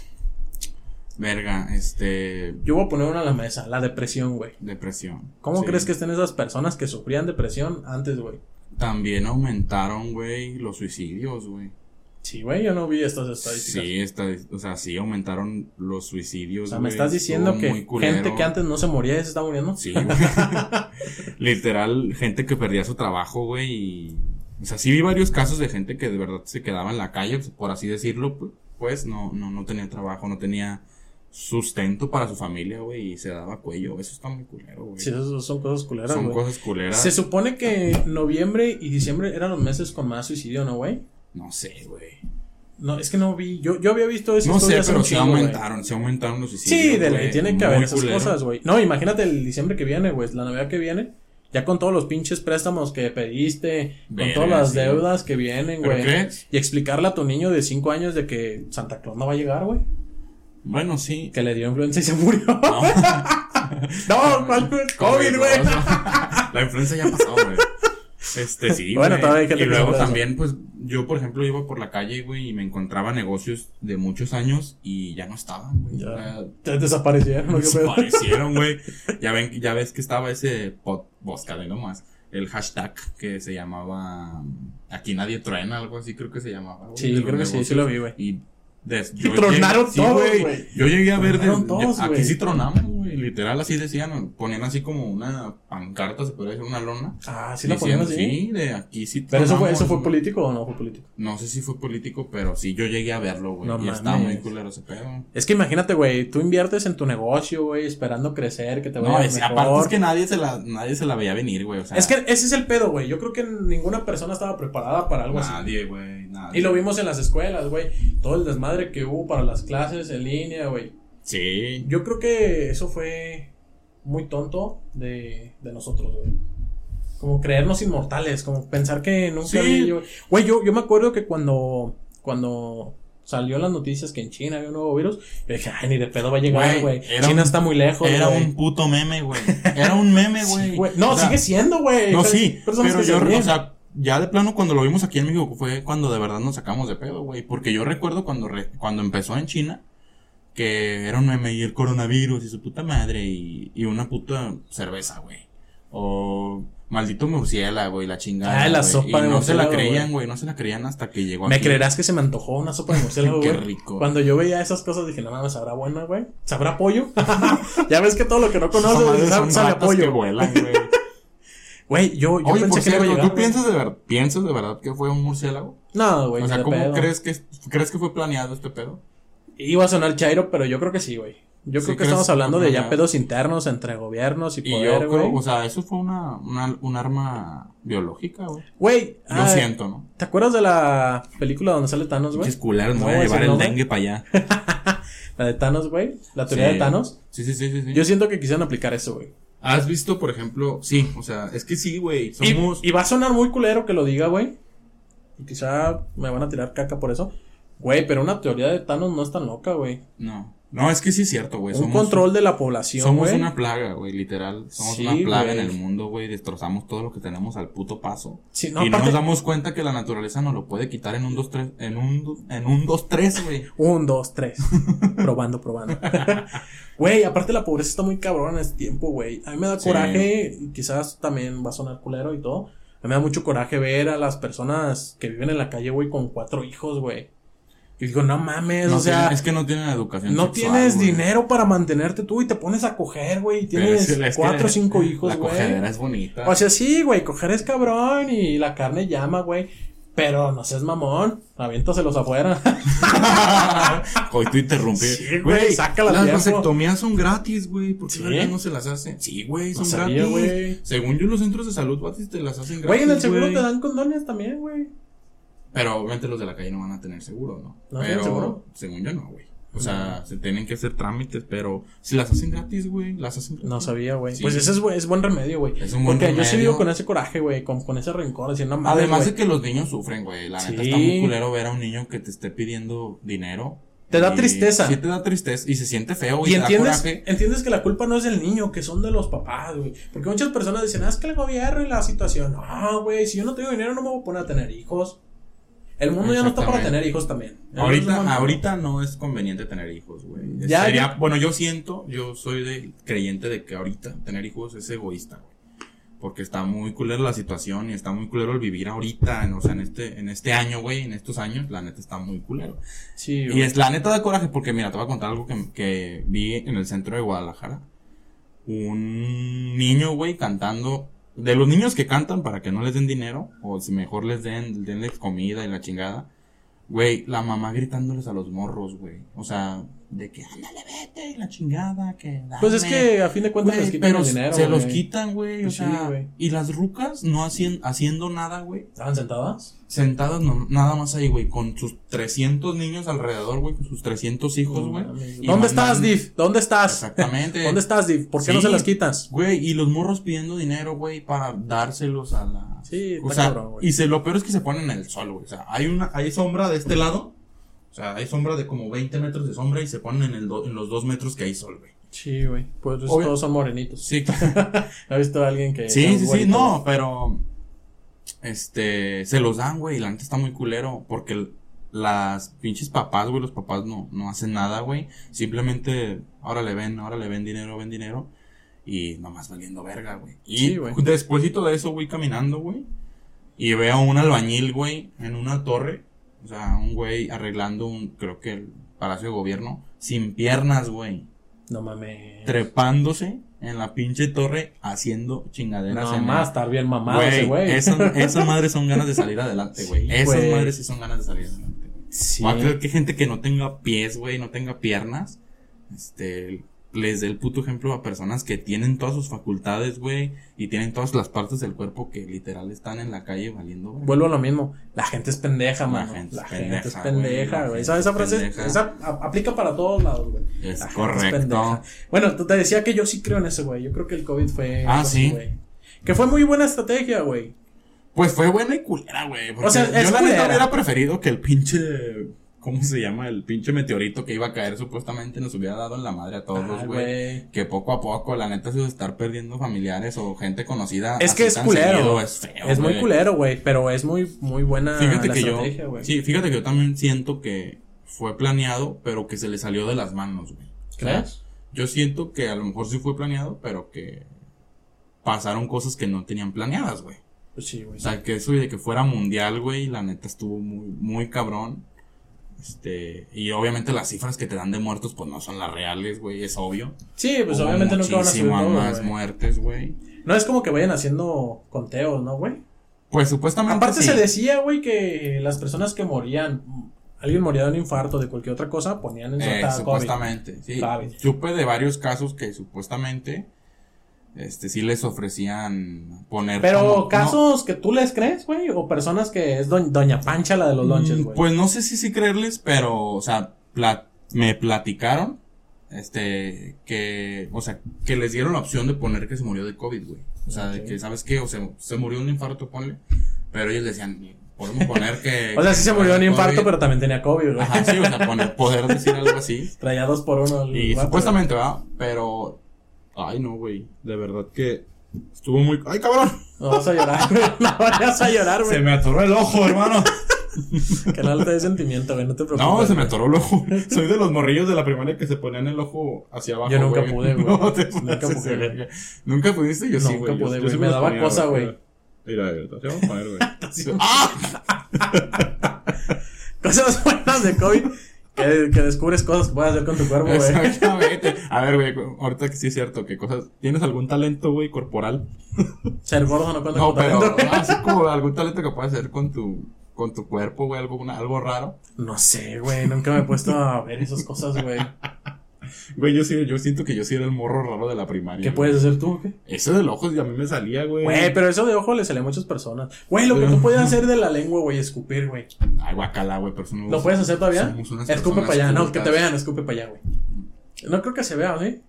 Verga, este. Yo voy a poner una a la mesa. La depresión, güey. Depresión. ¿Cómo Sí. crees que estén esas personas que sufrían depresión antes, güey? También aumentaron, güey, los suicidios, güey. Sí, güey, yo no vi estas estadísticas. Sí, esta, o sea, sí aumentaron los suicidios. o sea, me güey. estás diciendo Estuvo muy que culero. gente que antes no se moría y se está muriendo. Sí, güey. Literal, gente que perdía su trabajo, güey. Y... O sea, sí vi varios casos de gente que de verdad se quedaba en la calle, pues, por así decirlo, pu- pues no, no, no tenía trabajo, no tenía sustento para su familia, güey, y se daba cuello. Eso está muy culero, güey. Sí, esas son cosas culeras, Son güey. cosas culeras. Se supone que noviembre y diciembre eran los meses con más suicidio, ¿no, güey? No sé, güey. No, es que no vi. Yo, yo había visto eso. No sé, hace pero un se chingo, güey. aumentaron, se aumentaron los suicidios. Sí, de güey. ley, tiene Muy que haber esas culero. cosas, güey. No, imagínate el diciembre que viene, güey, la Navidad que viene, ya con todos los pinches préstamos que pediste, con Verga, todas las sí. deudas que vienen, ¿Pero güey. crees? Y explicarle a tu niño de 5 años de que Santa Claus no va a llegar, güey. Bueno, sí. Que le dio influenza y se murió. No, ¿cuál fue? COVID, güey. La influenza ya pasó, güey. Este sí. Bueno, güey. todavía hay gente Y que luego se abraza. también, pues yo, por ejemplo, iba por la calle, güey, y me encontraba negocios de muchos años y ya no estaban, güey. O sea, Ya, te desaparecieron, ¿no? ¿Qué pedo? Desaparecieron, güey. Ya ven, ya ves que estaba ese pod, búscale nomás. El hashtag que se llamaba mm, Aquí nadie truena, algo así creo que se llamaba. güey, Sí, de los creo que sí, negocios. sí lo vi, güey. Y des- Y tronaron sí, todos, güey. güey. Yo llegué a ver de, Tronaron todos, de- aquí güey. sí tronamos, güey, literal así decían, ponían así como una pancarta, se podría decir una lona. Ah, sí lo diciendo, ponían así. Sí, de aquí sí Pero eso fue, tronamos, eso fue güey". político o no fue político. No sé si fue político, pero sí yo llegué a verlo, güey. No y estaba mames. muy culero ese pedo. Es que imagínate, güey, tú inviertes en tu negocio, güey, esperando crecer, que te vaya No, es- mejor. aparte es que nadie se la, nadie se la veía venir, güey. O sea, Es que ese es el pedo, güey. Yo creo que ninguna persona estaba preparada para algo así. nadie, güey. nadie. Y lo vimos en las escuelas, güey. Todo el desmadre que hubo para las clases en línea, güey. Sí. Yo creo que eso fue muy tonto de, de nosotros, güey. Como creernos inmortales, como pensar que nunca Sí. había... yo- Güey, yo, yo me acuerdo que cuando, cuando salió en las noticias que en China había un nuevo virus, yo dije, ay, ni de pedo va a llegar, Güey, güey. era China un- está muy lejos, Era güey. un puto meme, güey. Era un meme, güey. Sí, güey. No, O sea, sigue siendo, güey. No, Hay sí. personas Pero que se yo, ríen. o sea, ya de plano cuando lo vimos aquí en México fue cuando de verdad nos sacamos de pedo, güey. Porque yo recuerdo cuando, re- cuando empezó en China que era un meme y el coronavirus y su puta madre y, y una puta cerveza, güey. O maldito murciélago güey, la chingada. Ah, la güey. sopa y de no se la murciélago, creían, güey. güey. No se la creían hasta que llegó Me aquí. creerás que se me antojó una sopa de murciélago, Qué güey. rico. Cuando yo veía esas cosas dije, no mames, ¿sabrá buena, güey? ¿Sabrá pollo? ya ves que todo lo que no Esa madre conoces son sabe, sabe a ratas que pollo. vuelan, güey. Güey, yo, yo Oye, por pensé que no cierto, iba a ¿tú llegar. güey. piensas de, ver- piensas de verdad que fue un murciélago? No, güey, o ni sea, de ¿cómo pedo. crees que, crees que fue planeado este pedo? Iba a sonar chairo, pero yo creo que sí, güey. Yo Sí, creo que ¿crees? estamos hablando de ya Ajá. pedos internos entre gobiernos y, Y poder, yo creo, o güey. sea, eso fue una, una- un arma biológica, güey. Güey, Lo ah, siento, ¿no? ¿te acuerdas de la película donde sale Thanos, güey? Pinches culeros, me No voy a voy a llevar decir el nombre. dengue para allá. La de Thanos, güey. La teoría Sí. de Thanos. Sí, sí, sí, sí. sí. Yo siento que quisieron aplicar eso, güey. ¿Has visto, por ejemplo? Sí, o sea, es que sí, güey. Y- Somos. Y, va a sonar muy culero que lo diga, güey. Y quizá me van a tirar caca por eso. Güey, pero una teoría de Thanos no es tan loca, güey. No. No, es que sí es cierto, güey. Un Pues Somos, control de la población, somos güey. una plaga, güey, literal. Somos Sí, una plaga güey. en el mundo, güey. Destrozamos todo lo que tenemos al puto paso. Sí, no, y no aparte- nos damos cuenta que la naturaleza nos lo puede quitar en un 2, 3, en un, do- en un 2, 3, güey. Un, dos, tres. probando, probando. Güey, aparte la pobreza está muy cabrón en este tiempo, güey. A mí me da Sí. coraje, y quizás también va a sonar culero y todo. A mí me da mucho coraje ver a las personas que viven en la calle, güey, con cuatro hijos, güey. Y digo, no mames, No o sea, tienen- es que no tienen educación. no sexual, tienes güey. dinero para mantenerte tú y te pones a coger, güey. Y Pero tienes es que- es que cuatro o cinco La hijos, güey. cogedera es bonita. O sea, sí, güey, coger es cabrón y la carne llama, güey. Pero no seas mamón, aviéntaselos afuera. Hoy tú interrumpí. Sí, güey, sácala, Las viejo. vasectomías son gratis, güey. ¿Por qué ¿Sí? la gente no se las hacen? Sí, güey, No son sabía, gratis. güey. Según yo, los centros de salud gratis te las hacen gratis. Güey, en el seguro güey. te dan condones también, güey. Pero obviamente los de la calle no van a tener seguro, ¿no? ¿No pero tienen seguro? según yo no, güey. O sea, se tienen que hacer trámites, pero si las hacen gratis, güey, las hacen gratis. No sabía, güey. Sí. Pues ese es, bu- es buen remedio, güey. Es un buen Porque yo sí remedio. vivo con ese coraje, güey, con, con ese rencor, así, no mames, Además güey. de que los niños sufren, güey. La neta Sí. está muy culero ver a un niño que te esté pidiendo dinero. Te da Y tristeza. Sí, te da tristeza. Y se siente feo, güey. Y te da entiendes, coraje. entiendes que la culpa no es del niño, que son de los papás, güey. Porque muchas personas dicen, ah, es que el gobierno y la situación. No, güey, si yo no tengo dinero no me voy a poner a tener hijos. El mundo ya no está para Exactamente. tener hijos también. El mundo no- Ahorita, ahorita no es conveniente tener hijos, güey. Ya, Sería- Bueno, yo siento, yo soy de, creyente de que ahorita tener hijos es egoísta, güey. Porque está muy culero la situación y está muy culero el vivir ahorita, en, o sea, en este, en este año, güey, en estos años, la neta está muy culero. Sí, Y güey. es la neta da coraje porque, mira, te voy a contar algo que, que vi en el centro de Guadalajara. Un niño, güey, cantando. De los niños que cantan para que no les den dinero, o si mejor les den, denles comida y la chingada. Güey, la mamá gritándoles a los morros, güey. O sea, de que ándale, vete y la chingada, que dame". Pues es que a fin de cuentas Güey, les quitan pero el dinero. se los güey. quitan, güey. Pues o sí, sea, güey. y las rucas no hacien- haciendo nada, güey ¿Estaban sentadas? sentadas no- nada más ahí, güey, con sus 300 niños alrededor, güey, con sus 300 hijos, No güey. mames. Y ¿Dónde mandan- estás, Div? ¿Dónde estás? Exactamente. ¿Dónde estás, Div? ¿Por qué no Sí. se las quitas? Güey, y los morros pidiendo dinero, güey, para dárselos a la... Sí, o está sea, cabrón, güey. y se, lo peor es que se ponen en el sol, güey. O sea, hay, una, hay sombra de este lado, o sea, hay sombra de como 20 metros de sombra y se ponen en, el do- en los 2 metros que hay sol, güey. Sí, güey. Pues Obvio- todos son morenitos. Sí, ¿Ha visto a alguien que.? sea Sí, un sí, sí, güerito, güey? no, pero este se los dan, güey, y la neta está muy culero porque l- las pinches papás, güey, los papás no no hacen nada, güey, simplemente ahora le ven, ahora le ven dinero, ven dinero y nomás valiendo verga, güey. Y Sí, güey. despuésito de eso, güey, caminando, güey, y veo un albañil, güey, en una torre, o sea, un güey arreglando un creo que el Palacio de Gobierno sin piernas, güey, No mames. trepándose en la pinche torre haciendo chingaderas Nada en más, el- estar bien mamado ese güey. esas, esas madres son ganas de salir adelante, güey. Sí, esas güey. madres sí son ganas de salir adelante. güey. Sí. O a creer que gente que no tenga pies, güey, no tenga piernas, este, les dé el puto ejemplo a personas que tienen todas sus facultades, güey, y tienen todas las partes del cuerpo que literal están en la calle valiendo. güey. Vuelvo a lo mismo. La gente es pendeja, La mano. La gente gente, es es pendeja, güey. pendeja, La güey. gente Esa, esa es frase pendeja. esa a- aplica para todos lados, güey. Es La gente correcto. pendeja. bueno, tú te decía que yo sí creo en eso, güey. Yo creo que el COVID fue. Ah, fue- sí. güey. Que fue muy buena estrategia, güey. Pues fue buena y culera, güey. porque O sea, es yo la neta culera. hubiera preferido que el pinche. ¿Cómo se llama? El pinche meteorito que iba a caer supuestamente nos hubiera dado en la madre a todos, Ay, güey. que poco a poco, la neta, se va a estar perdiendo familiares o gente conocida. Es Ah, así que es tan culero. seguido, es feo, es muy güey. culero, güey. Pero es muy, muy buena Fíjate la que yo. estrategia, güey. Sí, fíjate que yo también siento que fue planeado, pero que se le salió de las manos, güey. O sea, ¿Crees? yo siento que a lo mejor sí fue planeado, pero que pasaron cosas que no tenían planeadas, güey. Pues sí, güey. O sea, que eso de que fuera mundial, güey, la neta estuvo muy, muy cabrón. Este, y obviamente las cifras que te dan de muertos, pues no son las reales, güey, es obvio. Sí, pues Hubo obviamente nunca van a subir muchísimas todo, más güey. muertes, güey. No es como que vayan haciendo conteos, ¿no, güey? Pues supuestamente. Aparte sí. se decía, güey, que las personas que morían, mm, alguien moría de un infarto o de cualquier otra cosa, ponían en su Eh, ataque COVID. supuestamente, sí. COVID. Supe de varios casos que supuestamente este sí les ofrecían poner Pero como- no, casos que tú les crees, güey, o personas que es doñ- doña Pancha la de los lonches, mm, güey. Pues no sé si sí creerles, pero o sea, pla- me platicaron este que o sea, que les dieron la opción de poner que se murió de COVID, güey. O sea, de Ok. que sabes qué, o se, se murió un infarto, ponle, pero ellos decían, podemos poner que o sea, sí se murió de un eh, COVID. infarto, pero también tenía COVID, güey. Ajá, sí, o sea, poner- poder decir algo así. Traía dos por uno. el Y vato, supuestamente, ¿verdad? Pero. Ay, no, güey. De verdad que. Estuvo muy. ¡Ay, cabrón! güey. No vas a llorar, güey. No vayas a llorar, güey. me atoró el ojo, hermano. Que no te dé sentimiento, güey. No te preocupes. No, se me güey. atoró el ojo. Soy de los morrillos de la primaria que se ponían el ojo hacia abajo. Yo nunca güey. pude, güey. No, te Nunca pases de pude, güey. verga. Nunca pudiste, yo sí, Nunca güey. Yo- pude, yo güey. sí Me daba ponía, cosa, güey. Mira, mira, te vamos a poner, güey. Sí. ¡Ah! Cosas buenas de COVID. Que, que descubres cosas que puedes hacer con tu cuerpo, güey. Exactamente. A ver, güey, ahorita que sí es cierto, que cosas. ¿Tienes algún talento, güey, corporal? Ser gordo no cuenta No, con talento, pero güey. así como algún talento que puedas hacer con tu, con tu cuerpo, güey, algo, una- algo raro. No sé, güey. Nunca me he puesto a ver esas cosas, güey. Güey, yo, sí- yo siento que yo sí era el morro raro de la primaria. ¿Qué güey. puedes hacer tú, güey? Eso del ojo sí a mí me salía, güey. Güey, pero eso de ojo le sale a muchas personas. Güey, lo que tú puedes hacer de la lengua, güey, escupir, güey. Ay, guacala, güey, pero eso no ¿Lo puedes hacer todavía? Somos unas Escupe personas para allá, no, que cultas. te vean, escupe para allá, güey. No creo que se vea, ¿sí?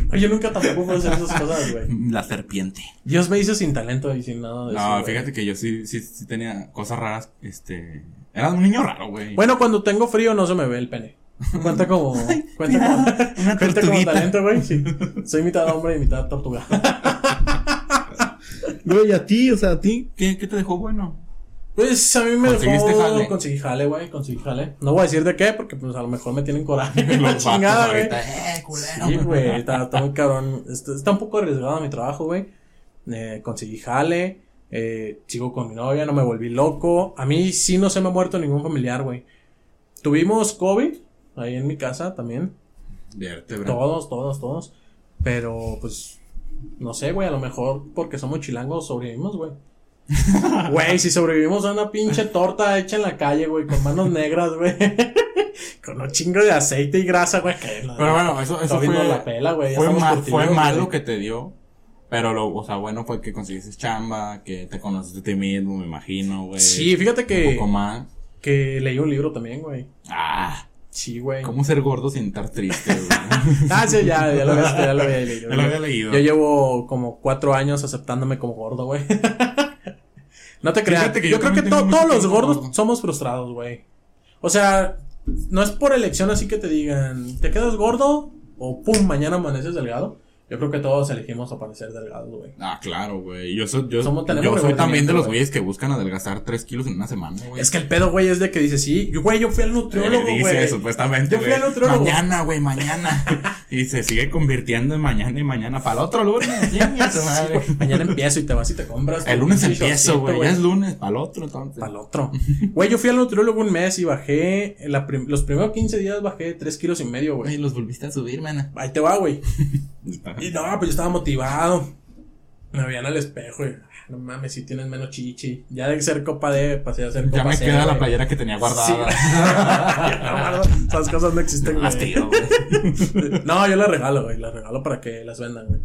Güey, Yo nunca tampoco puedo hacer esas cosas, güey. La serpiente. Dios me hizo sin talento y sin nada de eso. No, güey. fíjate que yo sí, sí, sí tenía cosas raras. Este. Era un niño raro, güey. Bueno, cuando tengo frío no se me ve el pene. Cuenta como. Cuenta como, una cuenta como tortuguita. talento, güey. Sí. Soy mitad hombre y mitad tortuga. Güey, a ti, o sea, a ti. ¿Qué, qué te dejó bueno? Pues a mí me ¿Conseguiste dejó. jale? Conseguí jale, güey. Conseguí jale. No voy a decir de qué, porque pues a lo mejor me tienen coraje. Los La vatos chingada, güey. ahorita. Eh, culero. Sí, güey, está, está muy cabrón. Está, está un poco arriesgado mi trabajo, güey. Eh, conseguí jale, eh, sigo con mi novia, no me volví loco. A mí sí no se me ha muerto ningún familiar, güey. Tuvimos COVID ahí en mi casa también. Vértebra. Todos, todos, todos. Pero pues, no sé, güey, a lo mejor porque somos chilangos sobrevivimos, güey. Güey, si sobrevivimos a una pinche torta hecha en la calle, güey, con manos negras, güey. con un chingo de aceite y grasa, güey. que la- Pero bueno, eso, eso Todavía fue, no la pela, güey, ya fue, estamos mal, curtidos, fue güey. malo que te dio. Pero lo, o sea, bueno fue que conseguiste chamba, que te conociste a ti mismo, me imagino, güey. Sí, fíjate pues, Un que, poco más. que leí un libro también, güey. Ah, Sí, güey. cómo ser gordo sin estar triste, güey. Ah, sí, ya, ya lo había, ya lo había leído. Ya lo había güey. leído. Yo llevo como cuatro años aceptándome como gordo, güey. no te creas. Fíjate que yo yo creo que también to- tengo mucho todos los tiempo gordos gordo. somos frustrados, güey. O sea, no es por elección así que te digan, ¿te quedas gordo? O pum, mañana amaneces delgado. Yo creo que todos elegimos aparecer delgados, güey. Ah, claro, güey. Yo, soy- yo, Somos- tenemos yo soy también de los remordimiento, güeyes que buscan adelgazar 3 kilos en una semana, güey. Es que el pedo, güey, es de que dices, sí, yo- güey, yo fui al nutriólogo, Eh, güey. dice, supuestamente, Yo fui güey. al nutriólogo. Mañana, güey, mañana. y se sigue convirtiendo en mañana y mañana. Para el otro lunes. chinga su Ah, Sí, madre. güey. Mañana empiezo y te vas y te compras. el tu lunes pinche empiezo, shortcito, güey. Ya es lunes. Para el otro, entonces. Pa'l otro. Güey, yo fui al nutriólogo un mes y bajé. la prim- los primeros 15 días bajé 3 kilos y medio, güey. Güey, los volviste a subir, mana. Ahí te va, güey. Y no, pues yo estaba motivado. Me veían al espejo y. "Ah, No mames, si tienes menos chichi. Ya de ser copa D, pasé a ser copa Ya me C, queda la güey. playera que tenía Sí, guardada. güey. No, guardo. Esas cosas no existen, güey. Hastío, güey. No, yo las regalo, güey. Las regalo para que las vendan, güey.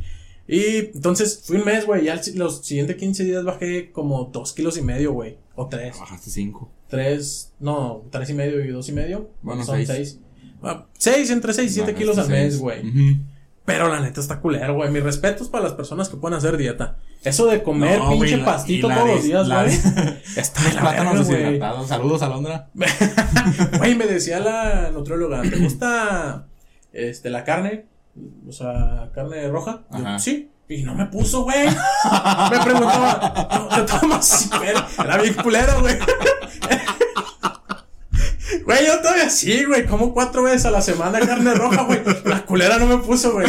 Y entonces fui un mes, güey. Ya el si- los siguientes 15 días bajé como 2 kilos y medio, güey. O 3. Bajaste 5. Tres, no, tres y medio y dos y medio. Bueno, son seis. seis. Ah, seis, entre seis y siete kilos al mes, güey. Pero la neta está culero, güey. Mis respetos para las personas que pueden hacer dieta. Eso de comer No, güey, pinche la- pastito y la todos los des- días, la güey. des- Está de la Plátanos verga, güey. deshidratados. Saludos, Alondra. Güey, me decía la nutrióloga, ¿te gusta este, la carne? O sea, carne roja. Yo, Ajá. sí. Y no me puso, güey. Me preguntaba, "¿No ¿te tomas? Era- Era bien culero, güey. Güey, yo todavía sí, güey. Como cuatro veces a la semana carne roja, güey. La culera no me puso, güey.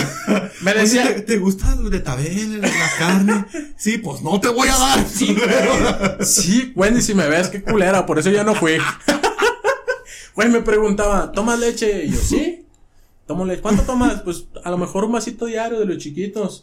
Me decía, Oye, ¿te, te gusta el de tabel, la carne? Sí, pues no te voy a dar. Sí, güey. Sí, Wendy, si me ves, qué culera, por eso ya no fui. Güey, me preguntaba, ¿tomas leche? Y yo, sí. Tomo leche. ¿Cuánto tomas? Pues a lo mejor un vasito diario de los chiquitos.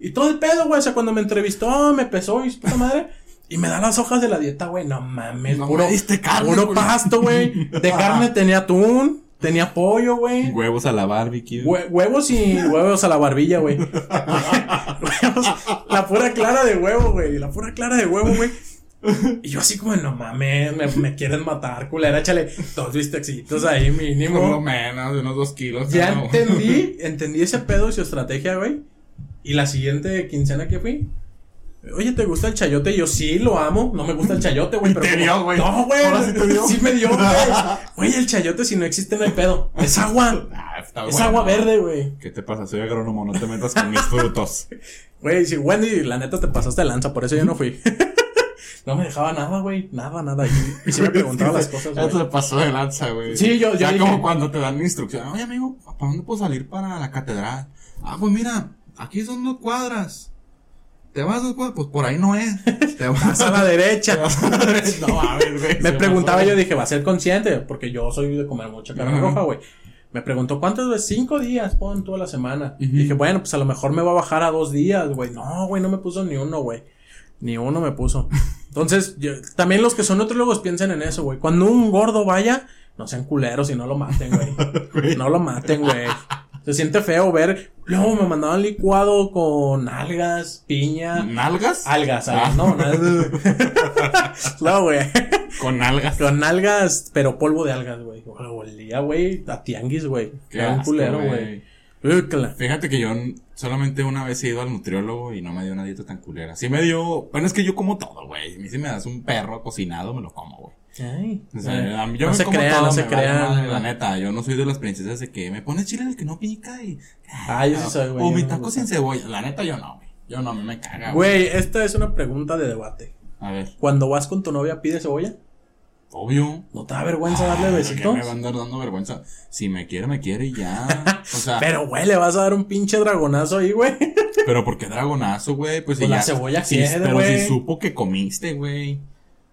Y todo el pedo, güey. O sea, cuando me entrevistó, me pesó y su puta madre. Y me da las hojas de la dieta, güey. No mames, No puro, me diste carne, puro güey. pasto, güey. De Ah. carne tenía atún, tenía pollo, güey. Huevos a la barbecue. Hue- huevos y huevos a la barbilla, güey. Huevos- la pura clara de huevo, güey. La pura clara de huevo, güey. Y yo así como, no mames, me, me quieren matar, culera, échale dos bistecitos ahí Por lo mínimo. menos, de unos dos kilos. Ya cada uno. entendí, entendí ese pedo y su estrategia, güey. Y la siguiente quincena que fui, oye, ¿te gusta el chayote? Y yo, sí, lo amo. No me gusta el chayote, güey. Y pero te como- dio, güey. No, güey. Ahora sí te dio. Sí me dio, güey. Güey, el chayote si no existe no hay pedo. Es agua. Ah, está Es bueno. agua verde, güey. ¿Qué te pasa? Soy agrónomo, no te metas con mis frutos. Güey, sí, Wendy, la neta te pasaste de lanza, por eso yo no fui. no me dejaba nada, güey. Nada, nada. Y, y sí me preguntaba las cosas, Eso güey. se pasó de lanza, güey. Sí, yo- yo Ya dije- como cuando te dan la instrucción. Oye, amigo, ¿para dónde puedo salir para la catedral? Ah, pues mira, aquí son dos cuadras. ¿Te vas dos cuadras? Pues por ahí no es. Te vas Vas a la te derecha. vas a la derecha. No mames, güey. Me se preguntaba, pasó. yo dije, ¿va a ser consciente? Porque yo soy de comer mucha carne Ajá. roja, güey. Me preguntó, ¿cuántos, güey? Cinco días, pon toda la semana. Ujú. Dije, bueno, pues a lo mejor me va a bajar a dos días, güey. No, güey, no me puso ni uno, güey. Ni uno me puso. Entonces, yo- también los que son nutriólogos piensen en eso, güey. Cuando un gordo vaya, no sean culeros y no lo maten, güey. Güey. No lo maten, güey. Se siente feo ver. Luego me mandaban licuado con algas, piña. ¿Nalgas? Algas, algas, Mm. Ah. no, nada. No, güey. Con algas. Con algas, pero polvo de algas, güey. Lo olía, güey. A tianguis, güey. Qué Era un asco, culero, güey. Úcala. Fíjate que yo n- solamente una vez he ido al nutriólogo y no me dio una dieta tan culera. Sí me dio. Bueno, es que yo como todo, güey. A mí si me das un perro cocinado, me lo como, güey. Ay. O sea, Ay. a mí- yo no me se como crean, todo, no se me vale madre, La crean. neta, yo no soy de las princesas de que me pones chile del que no pica y. Ah, yo sí soy, güey, O yo mi no me taco gusta. sin cebolla. La neta, yo no, güey. Yo no, a mí me caga, güey. Güey, esta es una pregunta de debate. A ver, Cuando vas con tu novia, pide cebolla. obvio. ¿No te da vergüenza darle Ay, besitos? ¿qué Ah, me va a andar dando vergüenza. Si me quiere, me quiere y ya. O sea, pero, Pero, güey, le vas a dar un pinche dragonazo ahí, güey. ¿por qué dragonazo, güey? Pues si Pues la ya- cebolla si- quiere, Pero güey. si supo que comiste, güey.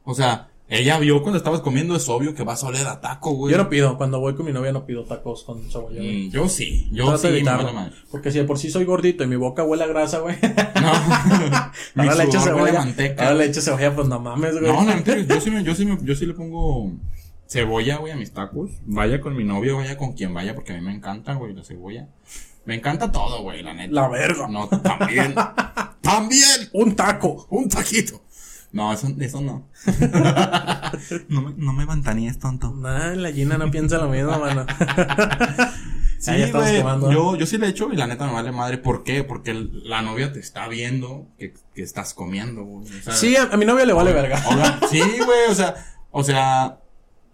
O sea, ella vio cuando estabas comiendo, es obvio que va a oler a taco, güey. Yo no pido, cuando voy con mi novia no pido tacos con cebolla, güey. Mm, yo sí, yo Trato sí, de me evitarlo, vale madre. Porque si de por sí soy gordito y mi boca huele a grasa, güey. No. Mi Ahora le echo sudor huele a cebolla. manteca. Ahora le echo cebolla, pues no mames, güey. No, la neta, yo sí, me- yo, sí me- yo sí le pongo cebolla, güey, a mis tacos. Vaya con mi novio, vaya con quien vaya, porque a mí me encanta, güey, la cebolla. Me encanta todo, güey, la neta. La verga. No, también. ¡También! Un taco. Un taquito. No, eso, eso no. no, me, no me vantaníes, tonto. Nah, la Gina no piensa lo mismo, mano. Sí, Ah, ya estamos güey, quemando. yo, yo sí le echo y la neta me vale madre. ¿Por qué? Porque el- la novia te está viendo que, que estás comiendo, güey. O sea, Sí, a, a mi novia le vale verga. Hola. Sí, güey, o sea, o sea,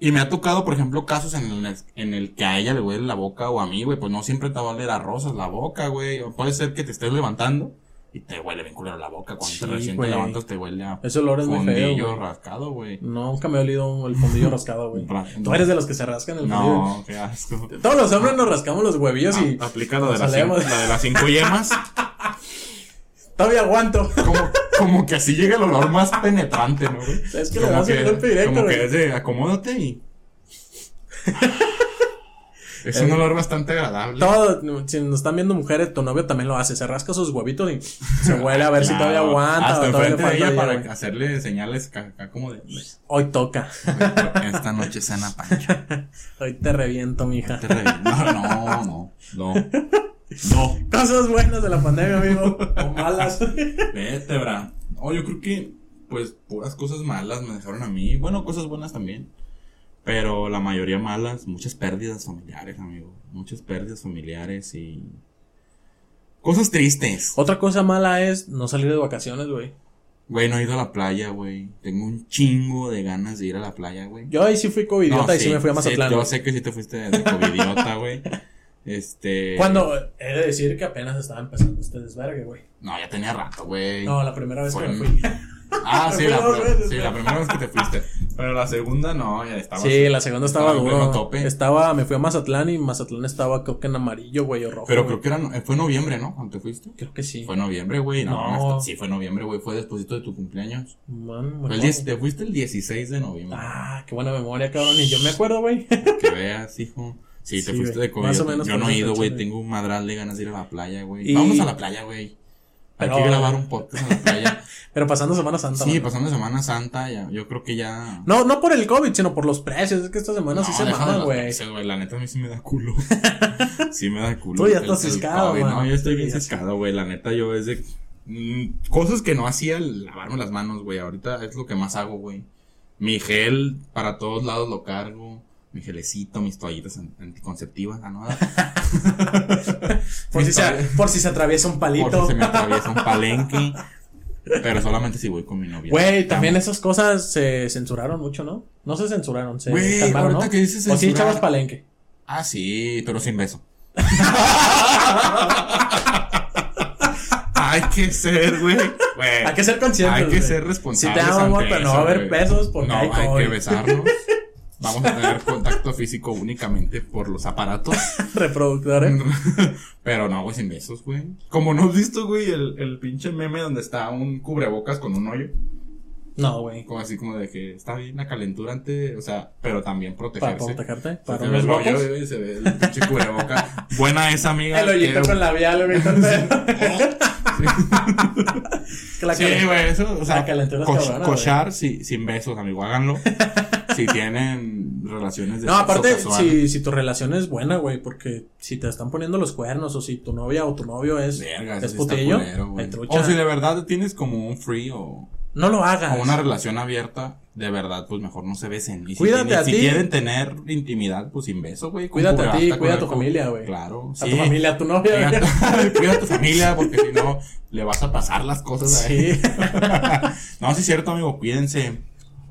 y me ha tocado, por ejemplo, casos en el, en el que a ella le huele la boca o a mí, güey, pues no siempre te va a oler a rosas la boca, güey, o puede ser que te estés levantando y te huele bien culero la boca, cuando Sí, te recién güey. te levantas te huele a Ese olor es muy feo, fondillo güey. rascado, güey. Nunca me he olido un- el fondillo rascado, güey. Tú eres de los que se rascan el fondillo. No, qué asco. Todos los hombres nos rascamos los huevillos y Ah, aplica la de, las Salemos. cinco- la de las cinco yemas. ah. todavía aguanto. Como, como que así llega el olor más penetrante, ¿no, güey? Es que le como das el golpe directo, Como güey. que es de acomódate y. es un olor bastante agradable. Todo, si nos están viendo mujeres, tu novio también lo hace. Se rasca sus huevitos y se huele a ver si Claro, todavía aguanta Hasta o todavía le enfrente de falta ella día, para güey. hacerle señales ca- acá como de. Hoy toca. Esta noche cena pancha. Hoy te reviento, mija. te reviento. No, no, no. No. Cosas buenas de la pandemia, amigo. O malas. Vete, bra. Oh, yo creo que, pues, puras cosas malas me dejaron a mí. Bueno, cosas buenas también. Pero la mayoría malas, muchas pérdidas familiares, amigo. Muchas pérdidas familiares y. Cosas tristes. Otra cosa mala es no salir de vacaciones, güey. Güey, no he ido a la playa, güey. Tengo un chingo de ganas de ir a la playa, güey. Yo ahí sí fui covidiota No, y sí, me fui a Mazatlán. yo güey. sé que sí te fuiste de covidiota, güey. Este. Cuando he de decir que apenas estaba empezando este desvergue, güey. No, ya tenía rato, güey. No, la primera vez que Fue me en- fui. Ah, sí, Fue la, dos pri- veces, sí, ¿no? la primera vez que te fuiste. Pero la segunda no, ya estaba. sí, la segunda estaba, estaba en duro. pleno tope. Estaba, me fui a Mazatlán y Mazatlán estaba creo que en amarillo, güey, o rojo. Pero güey. creo que era, fue en noviembre, ¿no? Cuando te fuiste. Creo que sí. Fue en noviembre, güey. No, No. hasta- sí, fue en noviembre, güey. Fue después de tu cumpleaños. Man, Fue el bueno. 10 te fuiste el 16 de noviembre. Ah, qué buena memoria, cabrón. Y yo me acuerdo, güey. Que veas, hijo. Sí, te Sí, fuiste güey. de COVID. Más o menos Yo por no he esa ido, fecha, güey. güey. Tengo un madral de ganas de ir a la playa, güey. Y- Vamos a la playa, güey. Hay Pero- que grabar un podcast en la playa. Pero pasando Semana Santa. sí, güey. pasando Semana Santa, ya. Yo creo que ya. No, no por el COVID, sino por los precios. Es que esta semana sí se deja de mama, las güey. veces, güey. La neta a mí sí me da culo. sí me da culo. Tú ya el- estás el ciscado, COVID. No, mano. yo estoy Sí, bien ya sé. ciscado, güey. La neta yo es de. mm, Cosas que no hacía, lavarme las manos, güey. Ahorita es lo que más hago, güey. Mi gel para todos lados lo cargo. Mi gelecito, mis toallitas an- anticonceptivas, ah, no, Por si, se, Está- por si se atraviesa un Porque palito. se me atraviesa un palenque. Pero solamente si voy con mi novia. Güey, también esas cosas se censuraron mucho, ¿no? No se censuraron, se Güey, calmaron, ahorita ¿no? que dices o sí censurar. echabas palenque. Ah, sí, pero sin beso. Hay que ser, güey. Güey, Hay que ser Eh, conscientes. hay que güey. ser responsables. Sí te amo, amor, ante pero no eso, va a haber güey. pesos porque No, hay hay COVID. que besarnos. Vamos a tener contacto físico únicamente por los aparatos. Mm. Reproductores. Pero no, güey, sin besos, güey. Como no has visto, güey, el, el pinche meme donde está un cubrebocas con un hoyo. No, güey. Como así como de que está bien la calentura antes, o sea, pero también Para protegerse. protegerte. Se Para te ve unos el hoyo, guapos. güey, se ve el pinche cubreboca. Buena esa amiga. El hoyito quiero. con labial, güey. con- Que la Sí, cara- güey, eso, o sea, la calentura es co- cabrona, cochar si- sin besos, amigo, háganlo. si tienen relaciones de No, sexo aparte, casual. si, si tu relación es buena, güey, porque si te están poniendo los cuernos o si tu novia o tu novio es, Verga, eso es sí está putillo, culero, güey. hay trucha. Ah, o si de verdad tienes como un free o, no lo hagas. o una relación abierta, de verdad, pues mejor no se besen. Y si, Cuídate tienen- a si ti. quieren tener intimidad, pues sin beso, güey. con Cuídate a ti, cubrebasta, cuida a con tu algo. familia, güey. Claro, A tu familia, a tu novia. güey. Cuida, cuida a tu familia porque si no le vas a pasar las cosas a él. Sí. no, sí es cierto, amigo, cuídense.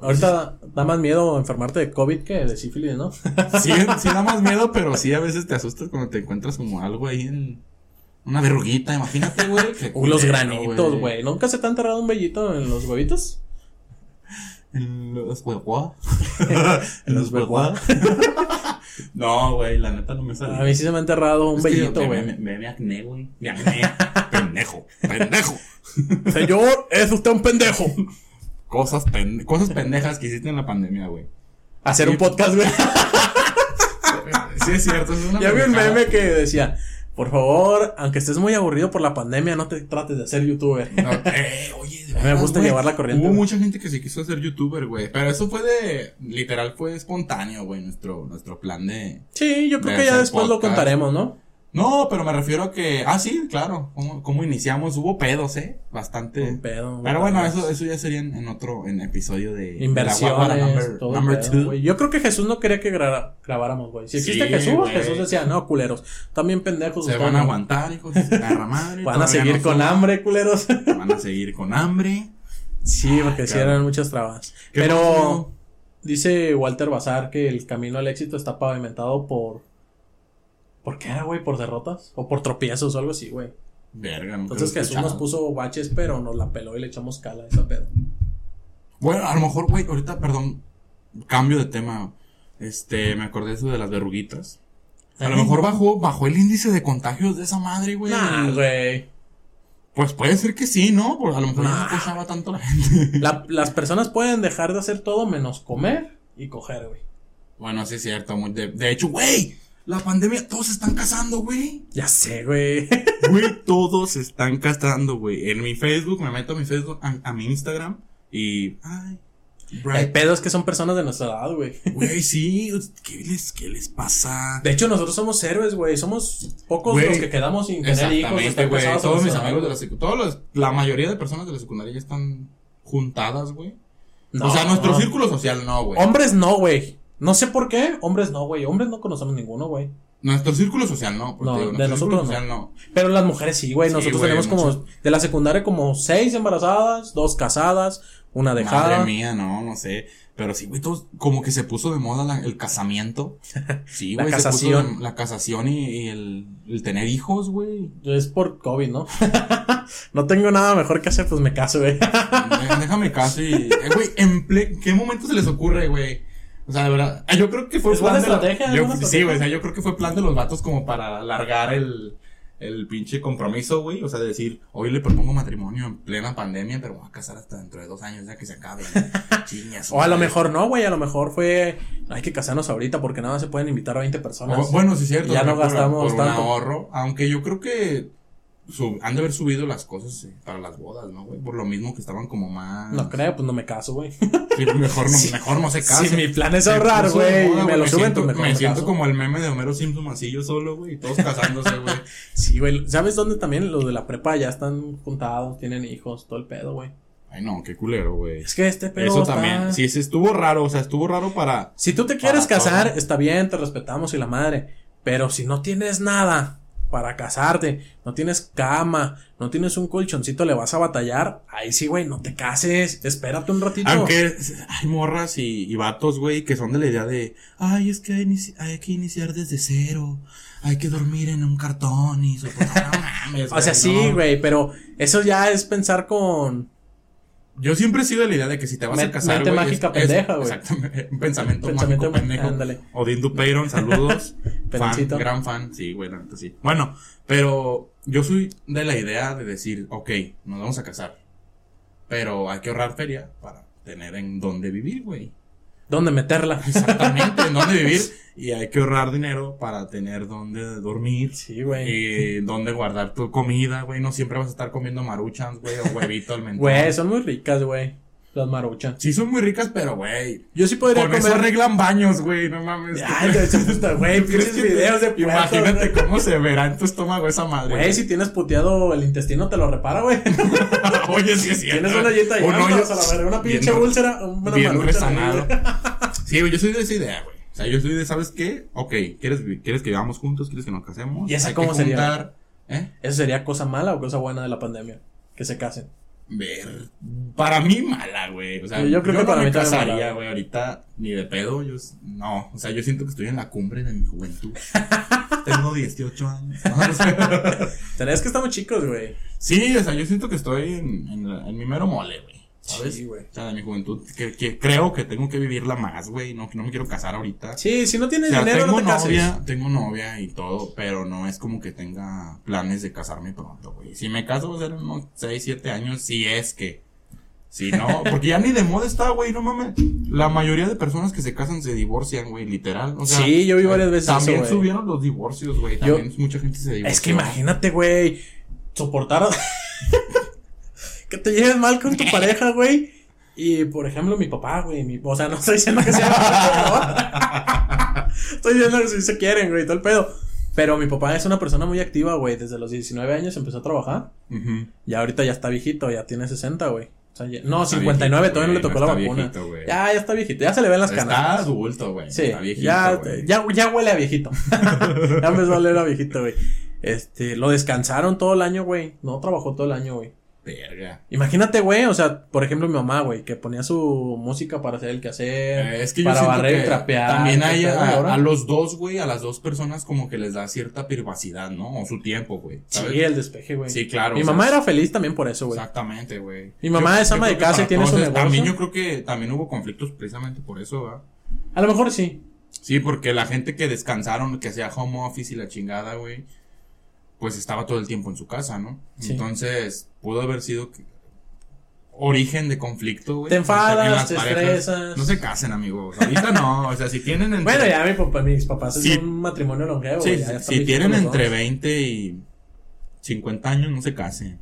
Ahorita da más miedo enfermarte de COVID que de sífilis, ¿no? Sí, sí da más miedo, pero sí a veces te asustas cuando te encuentras como algo ahí en una verruguita, imagínate, güey. qué O los culero, granitos, güey. ¿Nunca se te ha enterrado un vellito en los huevitos? En los huevoa. En los huevoa. No, güey, la neta no me salió. A mí sí se me ha enterrado un Es que vellito, me- güey. Me, me, me acné, güey. Me acné. pendejo, pendejo. Señor, es usted un pendejo. Cosas, pende- cosas pendejas que hiciste en la pandemia, güey. Hacer un Sí. podcast, güey. Sí, es cierto. Es una Ya vi un pendejada. meme que decía, por favor, aunque estés muy aburrido por la pandemia, no te trates de ser youtuber. No, eh, oye, de Me verdad, gusta güey, llevar la corriente, Hubo güey. mucha gente que se quiso hacer youtuber, güey. Pero eso fue de. Literal, fue espontáneo, güey. Nuestro, nuestro plan de. Sí, yo creo De que ya hacer después lo podcast. contaremos, ¿no? No, pero me refiero a que. Ah, sí, claro. ¿Cómo, cómo iniciamos? Hubo pedos, ¿eh? Bastante. Un pedo. pero bueno, güey. eso, eso ya sería en, en otro en episodio de. de la Guaguara Inversiones, number, todo el number pedo, two. güey. Yo creo que Jesús no quería que gra- grabáramos, güey. Si existe Sí, Jesús, güey. Jesús decía, no, culeros, también pendejos. Se ustedes, van ¿no? a aguantar, hijos de su perra madre. Van a todavía seguir no con son- hambre, culeros. Van a seguir con hambre. sí, porque Ah, sí claro. eran muchas trabas. ¿Qué Pero más, amigo? dice Walter Bazar que el camino al éxito está pavimentado por... ¿Por qué era, güey? ¿Por derrotas? ¿O por tropiezos o algo así, güey? Verga, no Entonces Jesús nos puso baches, pero nos la peló y le echamos cala a esa pedo. Bueno, a lo mejor, güey, ahorita, perdón, cambio de tema. Este, me acordé eso de las verruguitas. A lo mejor bajó, bajó el índice de contagios de esa madre, güey. Nah, güey. Pues puede ser que sí, ¿no? Porque a lo mejor Nah. ya no cochaba tanto la gente. La- las personas pueden dejar de hacer todo menos comer y coger, güey. Bueno, sí es cierto. muy de, de hecho, güey, la pandemia, todos se están casando, güey. Ya sé, güey. Güey, todos se están casando, güey. En mi Facebook, me meto a mi Facebook, a, a mi Instagram y... Ay, El Bright. pedo es que son personas de nuestra edad, güey. Güey, sí, ¿qué les, qué les pasa? De hecho, nosotros somos héroes, güey. Somos pocos Güey. los que quedamos sin tener hijos. Exactamente, están güey. casados a Todos mis nuestra edad, amigos de la secundaria, todos los- la mayoría de personas de la secundaria ya están juntadas, güey. No, o sea, nuestro no. círculo social no, güey. Hombres no, güey. No sé por qué. Hombres no, güey. Hombres no conocemos ninguno, güey. Nuestro círculo social no, porque No, digo, de nuestro círculo nosotros no. social no. Pero las mujeres sí, güey. Sí, Nosotros güey, tenemos como de la secundaria como seis embarazadas, dos casadas, una dejada. Madre mía, no, no sé. Pero sí, güey, todos- como que se puso de moda la- el casamiento. Sí, La güey, se puso casación. de- la casación y, y el, el tener hijos, güey. Es por COVID, ¿no? no tengo nada mejor que hacer, pues me caso, güey. Dé- Déjame caso y. eh, Güey, ¿en ple- qué momento se les ocurre, güey? O sea, de verdad. ah, Yo creo que fue Es buena de los- estrategia, es yo- buena sí, estrategia. güey. O sea, yo creo que fue plan de los vatos como para alargar el, el pinche compromiso, güey. O sea, de decir, hoy le propongo matrimonio en plena pandemia, pero vamos a casar hasta dentro de dos años, ya que se acabe. Chingas, O a lo madre. mejor no, güey, a lo mejor fue, hay que casarnos ahorita porque nada, más se pueden invitar a 20 personas. O- Oh, bueno, sí es cierto. Ya o sea, no por- por gastamos un tanto. ahorro. Aunque yo creo que sub- han de haber subido las cosas eh, para las bodas, ¿no, güey? Por lo mismo que estaban como más. No creo, pues no me caso, güey. Sí, mejor, no, Sí. mejor no se casen. Si mi plan es Se ahorrar, puso de güey, moda, y me lo suben, siento, pues mejor me me siento caso. como el meme de Homero Simpson así yo solo, güey, y todos casándose, güey. Sí, güey, ¿sabes dónde también? Los de la prepa ya están juntados, tienen hijos, todo el pedo, güey. Ay, no, qué culero, güey. Es que este pedo Eso está- también, sí, sí, estuvo raro, o sea, estuvo raro para... Si tú te quieres Para casar, todo. está bien, te respetamos y la madre. Pero si no tienes nada para casarte, no tienes cama, no tienes un colchoncito, le vas a batallar. Ahí sí, güey, no te cases. Espérate un ratito. Aunque hay morras y, y vatos, güey, que son de la idea de, ay, es que hay, inici- hay que iniciar desde cero, hay que dormir en un cartón y soportar, no mames, o sea, sí, no. güey, pero eso ya es pensar con. Yo siempre he sido de la idea de que si te vas a Me- casar, mente güey, mágica pendeja, güey. Exactamente, un pensamiento, Pensamiento mágico pendejo. ándale. Odín Dupeyron, saludos. fan, Peroncito. gran fan, sí, güey, la neta sí. Bueno, pero yo soy de la idea de decir, ok, nos vamos a casar, pero hay que ahorrar feria para tener en dónde vivir, güey. ¿Dónde meterla? Exactamente, en dónde vivir y hay que ahorrar dinero para tener dónde dormir. Sí, güey. Y dónde guardar tu comida, güey. No siempre vas a estar comiendo maruchans, güey, o huevito al mentón. Güey, son muy ricas, güey. Las maruchas. Sí, son muy ricas, pero, güey. Yo sí podría Con eso comer. arreglan baños, güey. No mames. Ay, de hecho, puta, güey, pinches videos de puerco, Imagínate güey. cómo se verá en tu estómago esa madre. Güey, si tienes puteado el intestino, te lo repara, güey. Oye, sí es cierto. Tienes una dieta y Un hoyo a la verga, una pinche bien- úlcera, una bien marucha, resanado. güey. Sí, güey, yo soy de esa idea, güey. O sea, yo soy de, ¿sabes qué? Ok, ¿quieres, vi- quieres que vivamos juntos? ¿Quieres que nos casemos? ¿Y esa Hay cómo que sería? juntar, ¿Eh? ¿Eso sería cosa mala o cosa buena de la pandemia? Que se casen. Ver. Para mí mala, güey. O sea, Yo creo que no para me mí también casaría, mala. güey, ahorita ni de pedo. Yo s- no, o sea, yo siento que estoy en la cumbre de mi juventud. Tengo 18 años. No, no sé. Tenés que estamos chicos, güey. sí, o sea, yo siento que estoy en, en la- en mi mero mole, güey. ¿Sabes? Sí, güey. O sea, de mi juventud, que, que creo que tengo que vivirla más, güey. No, que no me quiero casar ahorita. Sí, si no O tienes sea, dinero, no tengo te cases. novia, tengo novia y todo, pero no es como que tenga planes de casarme pronto, güey. Si me caso va a ser en unos 6, 7 años, si es que. Si no, porque ya ni de moda está, güey, no mames. La mayoría de personas que se casan se divorcian, güey, literal. O sea, Sí, yo vi varias veces También eso, güey. subieron los divorcios, güey. Yo- También mucha gente se divorció. Es que imagínate, güey. Soportar. que te lleves mal con tu pareja, güey. Y por ejemplo, mi papá, güey. mi- O sea, no estoy diciendo que sea. malo, ¿no? estoy diciendo que sí se quieren, güey. Todo el pedo. Pero mi papá es una persona muy activa, güey. Desde los 19 años empezó a trabajar. Ujú. Y ahorita ya está viejito, ya tiene 60, güey. O sea, ya- no, está 59, viejito, todavía no le güey, tocó no la está vacuna. viejito, güey. ya, ya está viejito, ya se le ven las canas. Está adulto, güey. Sí, está viejito, ya, este, güey. ya, ya huele a viejito. ya empezó a oler a viejito, güey. Este, lo descansaron todo el año, güey. No trabajó todo el año, güey. Verga. Imagínate, güey, o sea, por ejemplo, mi mamá, güey, que ponía su música para hacer el quehacer, Eh, es que yo para siento barrer que y trapear. También ¿qué hay pedo, a, ahora? a los dos, güey, a las dos personas como que les da cierta privacidad, ¿no? O su tiempo, güey. ¿sabes? Sí, el despeje, güey. Sí, claro, Mi o sea, mamá era feliz también por eso, güey. Exactamente, güey. Mi mamá es ama de creo que casa y para tiene su todos es- También yo negocio. creo que también hubo conflictos precisamente por eso, ¿verdad? A lo mejor sí. Sí, porque la gente que descansaron, que hacía home office y la chingada, güey, pues estaba todo el tiempo en su casa, ¿no? Sí. Entonces, pudo haber sido que- origen de conflicto, güey. Te O sea, en enfadas, las te parejas. estresas. No se casen, amigos. Ahorita no, o sea, si tienen entre- Bueno, ya mi papá, mis papás Sí. es un matrimonio longevo. Sí, güey, ya están si viejitos tienen los entre dos. 20 y 50 años, no se casen.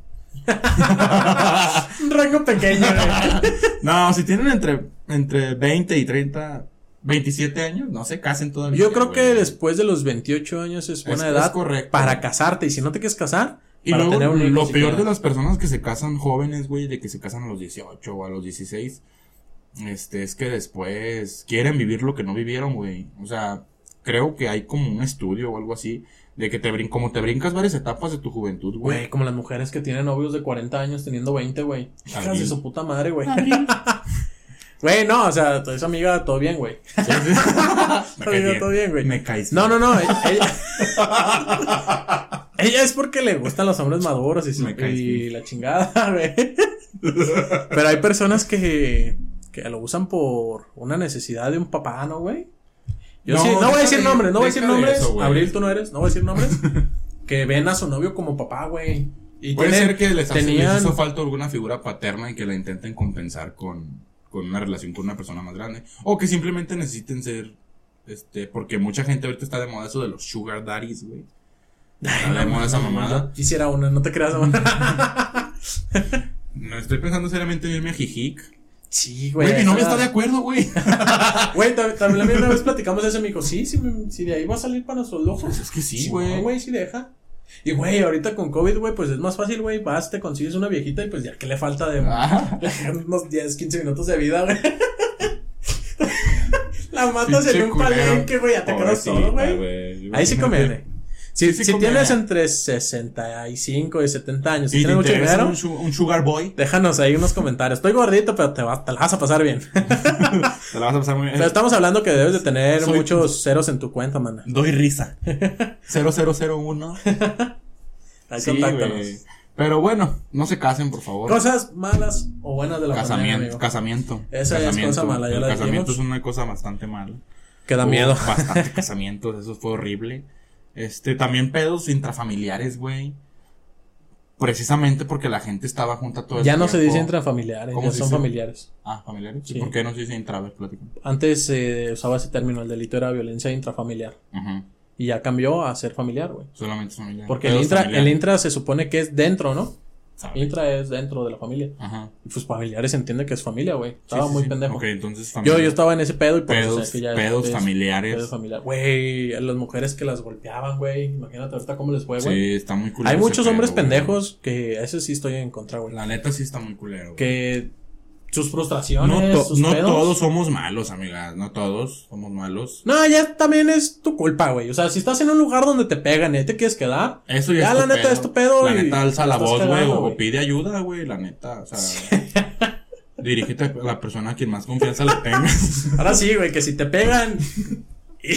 Un rango pequeño, eh. güey. No, si tienen entre, entre 20 y 30, 27 años, no se casen todavía. Yo creo que güey. después de los 28 años es buena Es- edad es correcto. para casarte. Y si no te quieres casar, Y para luego, tener un hijo lo si peor de quieres. las personas que se casan jóvenes, güey, de que se casan a los 18 o a los 16, este, es que después quieren vivir lo que no vivieron, güey. O sea, creo que hay como un estudio o algo así, de que te brin como te brincas varias etapas de tu juventud, Güey, güey. como las mujeres que tienen novios de 40 años teniendo 20, güey. Hijas de También. su puta madre, güey. Güey, no, o sea, tu- esa amiga, todo bien, güey. Sí, sí. Me Todo bien, caes todo bien, güey. Me caes No, no, no. e- Ella, Ella es porque le gustan los hombres maduros y, Me caes y bien. la chingada, güey. Pero hay personas que, que lo usan por una necesidad de un papá, ¿no, güey? Yo No, sí, no voy deja a decir de- nombres, no voy a deja decir de nombres. eso, güey. Abril, tú no eres, no voy a decir nombres. que ven a su novio como papá, güey. Y Puede tienen- ser que les, hace- les tenían- hizo falta alguna figura paterna y que la intenten compensar con, con una relación con una persona más grande. O que simplemente necesiten ser. Este, porque mucha gente ahorita está de moda eso de los sugar daddies, güey. Está de moda esa mamada. Yo quisiera una, no te creas, mamá. No estoy pensando seriamente en irme a Jijic. Sí, güey. Güey, mi esa- novia está de acuerdo, güey. Güey, tam- también la una vez platicamos de eso y me dijo, sí, sí, sí, de ahí va a salir para nuestros locos. Pues es que sí, Sí, güey. güey, sí deja. Y, güey, ahorita con COVID, güey, pues es más fácil, güey. Vas, te consigues una viejita y pues ya que le falta de Ah, unos 10, 15 minutos de vida, güey. la matas pinche en un culero. palenque, güey, ya te quedas Pobrecita, solo, güey. Ahí sí Imagínate. conviene. Si, Sí, sí si conviene. tienes entre 65 y 70 años, si Y te tienes mucho interesa dinero, un, su- un sugar boy, déjanos ahí unos comentarios. Estoy gordito, pero te, va- te la vas a pasar bien. te la vas a pasar muy bien. Pero estamos hablando que debes de tener Soy- muchos ceros en tu cuenta, man. Doy risa. 0001. Ahí Sí, contáctanos. güey. Pero bueno, no se casen, por favor. Cosas malas o buenas de la familia, casamiento, casamiento. Esa es Casamiento. cosa mala, ya El la casamiento dijimos. es una cosa bastante mala. Que da Hubo miedo. Bastante casamientos, eso fue horrible. Este, también pedos intrafamiliares, güey. Precisamente porque la gente estaba junta todo el Ya no pues, se tiempo. dice intrafamiliares, ¿Cómo ya se son dice? familiares. Ah, familiares. ¿Y Sí. por qué no se dice intra? A ver, platícame. Antes se usaba ese término, el delito era violencia intrafamiliar. Ajá. Y ya cambió a ser familiar, güey. Solamente familiares. Porque el intra, el intra se supone que es dentro, ¿no? Intra es dentro de la familia. Ajá. Y pues familiares entiende que es familia, güey. Sí, Estaba sí, muy sí. pendejo. Ok, entonces Yo, familia- yo estaba en ese pedo y por eso pedos, sé que ya es- pedos es- familiares. pedos familiares. Güey, a las mujeres que las golpeaban, güey. Imagínate ahorita cómo les fue, güey. Sí, está muy culero. Hay ese muchos hombres pedo, güey. pendejos que a eso sí estoy en contra, güey. La neta sí está muy culero. güey. Que sus No, frustraciones, to- sus no pedos- todos somos malos, amigas. No todos somos malos. No, ya también es tu culpa, güey. O sea, si estás en un lugar donde te pegan y ahí te quieres quedar, Eso ya, Ya, es tu la neta, pedo. es tu pedo La y neta, alza la estás voz, güey. cagando, O, güey. o pide ayuda, güey. La neta, o sea. Dirígete a la persona a quien más confianza le tengas. ahora sí, güey, que si te pegan y,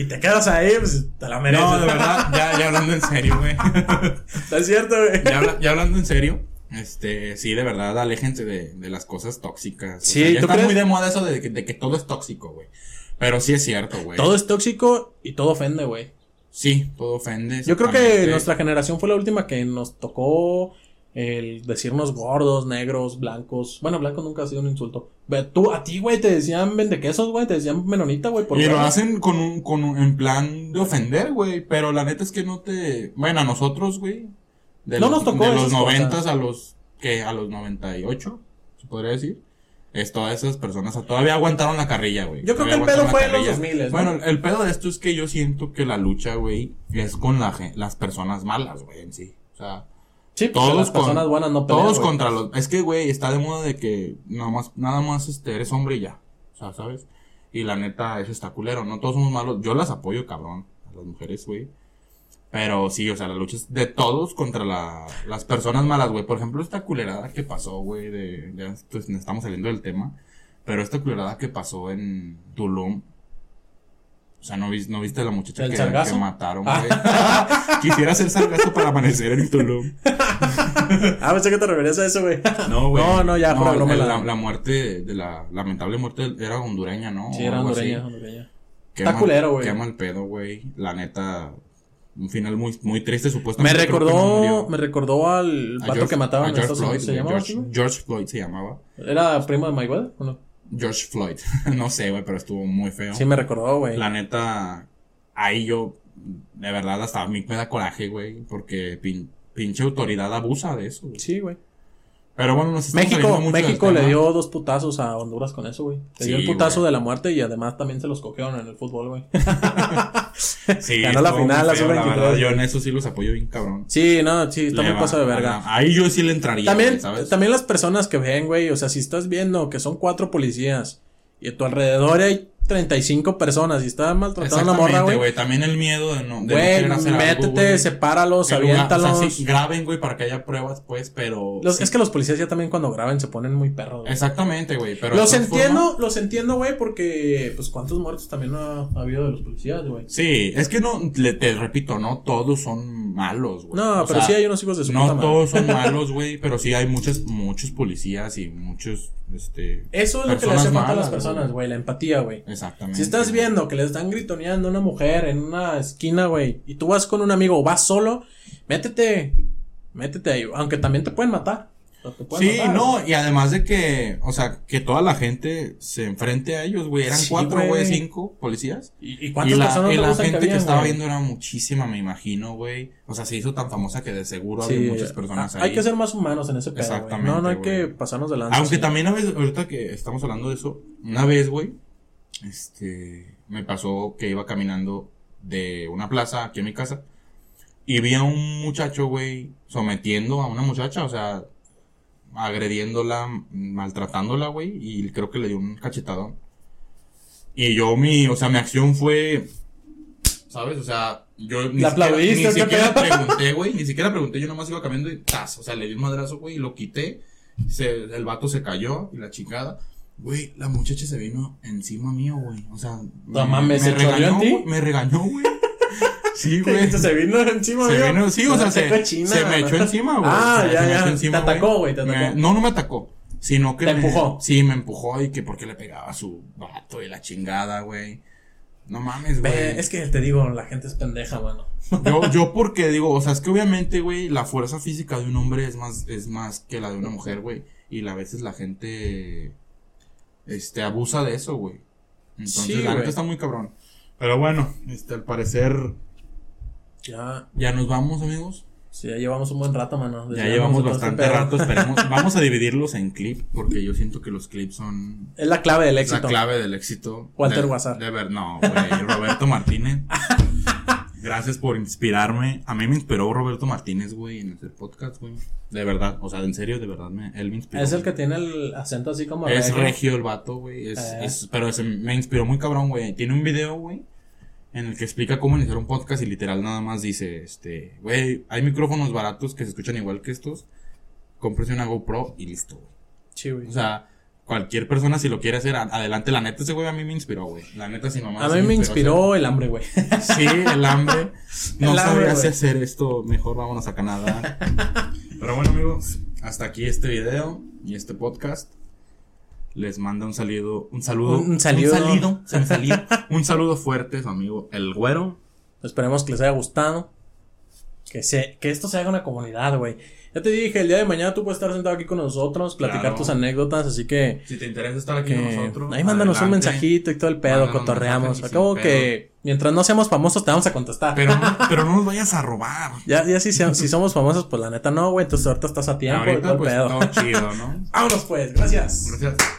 y te quedas ahí, pues te la mereces. No, de verdad, ya, ya hablando en serio, güey. ¿Está cierto, güey? ya, habla- ya hablando en serio, este, sí, de verdad, aléjense de, de las cosas tóxicas. O Sí, sea, ya ¿tú está crees? muy de moda eso de que, de que todo es tóxico, güey. Pero sí es cierto, güey. Todo es tóxico y todo ofende, güey. Sí, todo ofende. Yo creo que exactamente. nuestra generación fue la última que nos tocó el decirnos gordos, negros, blancos. Bueno, blanco nunca ha sido un insulto. Ve, Tú, a ti, güey, te decían vendequesos, güey, te decían menonita, güey, por Y lo huevos. hacen con un, con un, en plan de ofender, güey. Pero la neta es que no te. Bueno, a nosotros, güey. De No los, nos tocó De los esas 90 cosas. a los. que A los 98, se podría decir. Es todas esas personas o sea, todavía aguantaron la carrilla, güey. Yo creo Todavía que el aguantaron pedo la fue en los carrilla. 2000, ¿no? Bueno, el pedo de esto es que yo siento que la lucha, güey, es con la, gen- las personas malas, güey, en sí. O sea, Sí, pues, todos las personas con- buenas no pelean. todos güey. contra los. Es que, güey, está de moda de que nada más, nada más este, eres hombre y ya. O sea, ¿sabes? Y la neta, eso está culero. No todos somos malos. Yo las apoyo, cabrón, a las mujeres, güey. Pero sí, o sea, la lucha es de todos contra la- las personas malas, güey. Por ejemplo, esta culerada que pasó, güey, de. Ya pues, nos estamos saliendo del tema. Pero esta culerada que pasó en Tulum. O sea, ¿no, vis- no viste a la muchacha ¿El que, sargazo? Ah. que mataron, güey? Quisiera hacer sargazo para amanecer en Tulum. Ah, pensé que te referías a eso, güey. No, güey. No, no, ya, fuera de broma, el- la- la, la muerte, de la lamentable muerte del- era hondureña, ¿no? pues Sí, O era algo así. hondureña, hondureña. Qué Está mal- culero, güey. Qué mal pedo, güey. La neta, un final muy, muy triste, Me supuestamente. Creo que no recordó, murió. me recordó al A vato George- que mataban a en George Estados Floyd, Unidos. ¿Se güey. llamaba así, George, güey? George Floyd se llamaba. ¿Era primo de Mayweather o no? George Floyd. no sé, güey, pero estuvo muy feo. Sí, me recordó, güey. La neta, ahí yo, de verdad, hasta a mí me da coraje, güey, porque pin- pinche autoridad abusa de eso. güey. Sí, güey. Pero bueno, nos estamos saliendo México, mucho del México le tema. dio dos putazos a Honduras con eso, güey. Le dio Sí, el putazo güey. de la muerte y además también se los cogieron en el fútbol, güey. Sí, Ganó la estuvo final, muy la feo, sub-23. verdad, Yo en eso sí los apoyo bien cabrón. Sí, no, sí, está Le muy va, paso de ajá. verga. Ahí yo sí le entraría, También, güey, ¿sabes? también las personas que ven, güey, o sea, si estás viendo que son cuatro policías y a tu alrededor hay 35 personas y están maltratando a una morra, Exactamente, güey. güey. También el miedo de no, de no Güey, querer hacer métete, algo, güey. sepáralos, Que lugar- aviéntalos. O sea, sí, graben, güey, para que haya pruebas, pues, pero... Los- sí. Es que los policías ya también cuando graben se ponen muy perros. güey. Exactamente, güey, pero... de Los todas entiendo, formas- los entiendo, güey, porque pues cuántos muertos también ha, ha habido de los policías, güey. Sí, es que no, le, te repito, no todos son malos, güey. No, O pero sea, sí hay unos hijos de su puta No madre. todos son malos, güey, pero sí hay muchas, muchos policías y muchos, este... Eso es lo que le personas hace falta a las malas, personas, güey, la empatía, güey. Exactamente. Si estás viendo que le están gritoneando a una mujer en una esquina, güey, y tú vas con un amigo o vas solo, métete, métete ahí, aunque también te pueden matar. O te pueden Sí, matar. no, y además de que, o sea, que toda la gente se enfrente a ellos, güey. Eran Sí, cuatro, güey, güey. cinco policías. ¿Y, y Y cuántas la, personas y te la gustan gente que, que habían, estaba güey? viendo era muchísima, me imagino, güey. O sea, se hizo tan famosa que de seguro Sí, había muchas personas a- ahí. Hay que ser más humanos en ese pedo, güey. Exactamente, No, no hay güey. que pasarnos de lanza. Aunque sí. también, a veces, ahorita que estamos hablando de eso, una vez, güey, este, me pasó que iba caminando de una plaza aquí en mi casa y vi a un muchacho, güey, sometiendo a una muchacha, o sea, agrediéndola, maltratándola, güey, y creo que le dio un cachetadón. Y yo, mi, o sea, mi acción fue, ¿sabes? O sea, yo ni ¿La siquiera, ni aplaudiste o qué siquiera pedo? pregunté, güey, ni siquiera pregunté, yo nomás iba caminando y ¡tas! O sea, le di un madrazo, güey, y lo quité. Se- el vato se cayó y la chingada. Güey, la muchacha se vino encima mío, güey. O sea, me, mames, me ¿se choreó regañó, en ti? güey, me regañó, güey. Sí, güey. Entonces, se vino encima, Se güey. vino, sí, o sea, Una se, cochina, se me ¿no? echó encima, güey. Ah, O sea, ya, se me ya. echó Te atacó, güey, te Me- atacó. No, no me atacó. Sino que Te me- empujó. Sí, me empujó y que porque le pegaba a su vato y la chingada, güey. No mames, güey. Ve, Eh, es que te digo, la gente es pendeja, mano. Yo, yo porque digo, o sea, es que obviamente, güey, la fuerza física de un hombre es más, es más que la de una mujer, güey. Y la- a veces la gente, este, abusa de eso, güey. Entonces, Sí, la güey. neta está muy cabrón. Pero bueno, este, al parecer, Ya, ya nos vamos, amigos. sí, ya llevamos un buen rato, mano. Ya Desde llevamos todo este bastante pedo. rato, esperemos. Vamos a dividirlos en clip, porque yo siento que los clips son Es la clave del la éxito. clave del éxito. Walter de- Guasar. De ver, no, güey, Roberto Martínez. Gracias por inspirarme. A mí me inspiró Roberto Martínez, güey, en hacer podcast, güey. De verdad, o sea, en serio, de verdad, me, él me inspiró. Es el que güey. tiene el acento así como. Es regio. regio el vato, güey. Es, Eh. es- pero se me inspiró muy cabrón, güey. Tiene un video, güey, en el que explica cómo iniciar un podcast y literal nada más dice, este, güey, hay micrófonos baratos que se escuchan igual que estos. Cómprese una GoPro y listo, güey. Sí, güey. O sea, cualquier persona si lo quiere hacer, a- adelante. La neta, ese güey a mí me inspiró, güey. La neta, sin mamá. A mí me inspiró el hambre, güey. Sí, el hambre. No El hambre, sabía güey. si hacer esto. Mejor vámonos a Canadá. Pero bueno, amigos, hasta aquí este video y este podcast. Les manda un saludo. Un saludo. Un- un saludo. Un saludo. Un saludo, un saludo fuerte, su amigo El Güero. Esperemos que les haya gustado. Que, se, que esto se haga una comunidad, güey. Ya te dije, el día de mañana tú puedes estar sentado aquí con nosotros, platicar Claro. tus anécdotas, así que. Si te interesa estar aquí que- con nosotros. Eh, ahí mándanos un adelante. mensajito y todo el pedo, Mándanos cotorreamos. mensajes Acabo sin que mientras no seamos famosos te vamos a contestar. Pero, no- pero no nos vayas a robar. Ya, ya si, sea- si somos famosos, pues la neta no, güey. Entonces ahorita estás a tiempo y Ahorita, todo el pues, pedo. todo chido, ¿no? Vámonos pues, gracias. Gracias.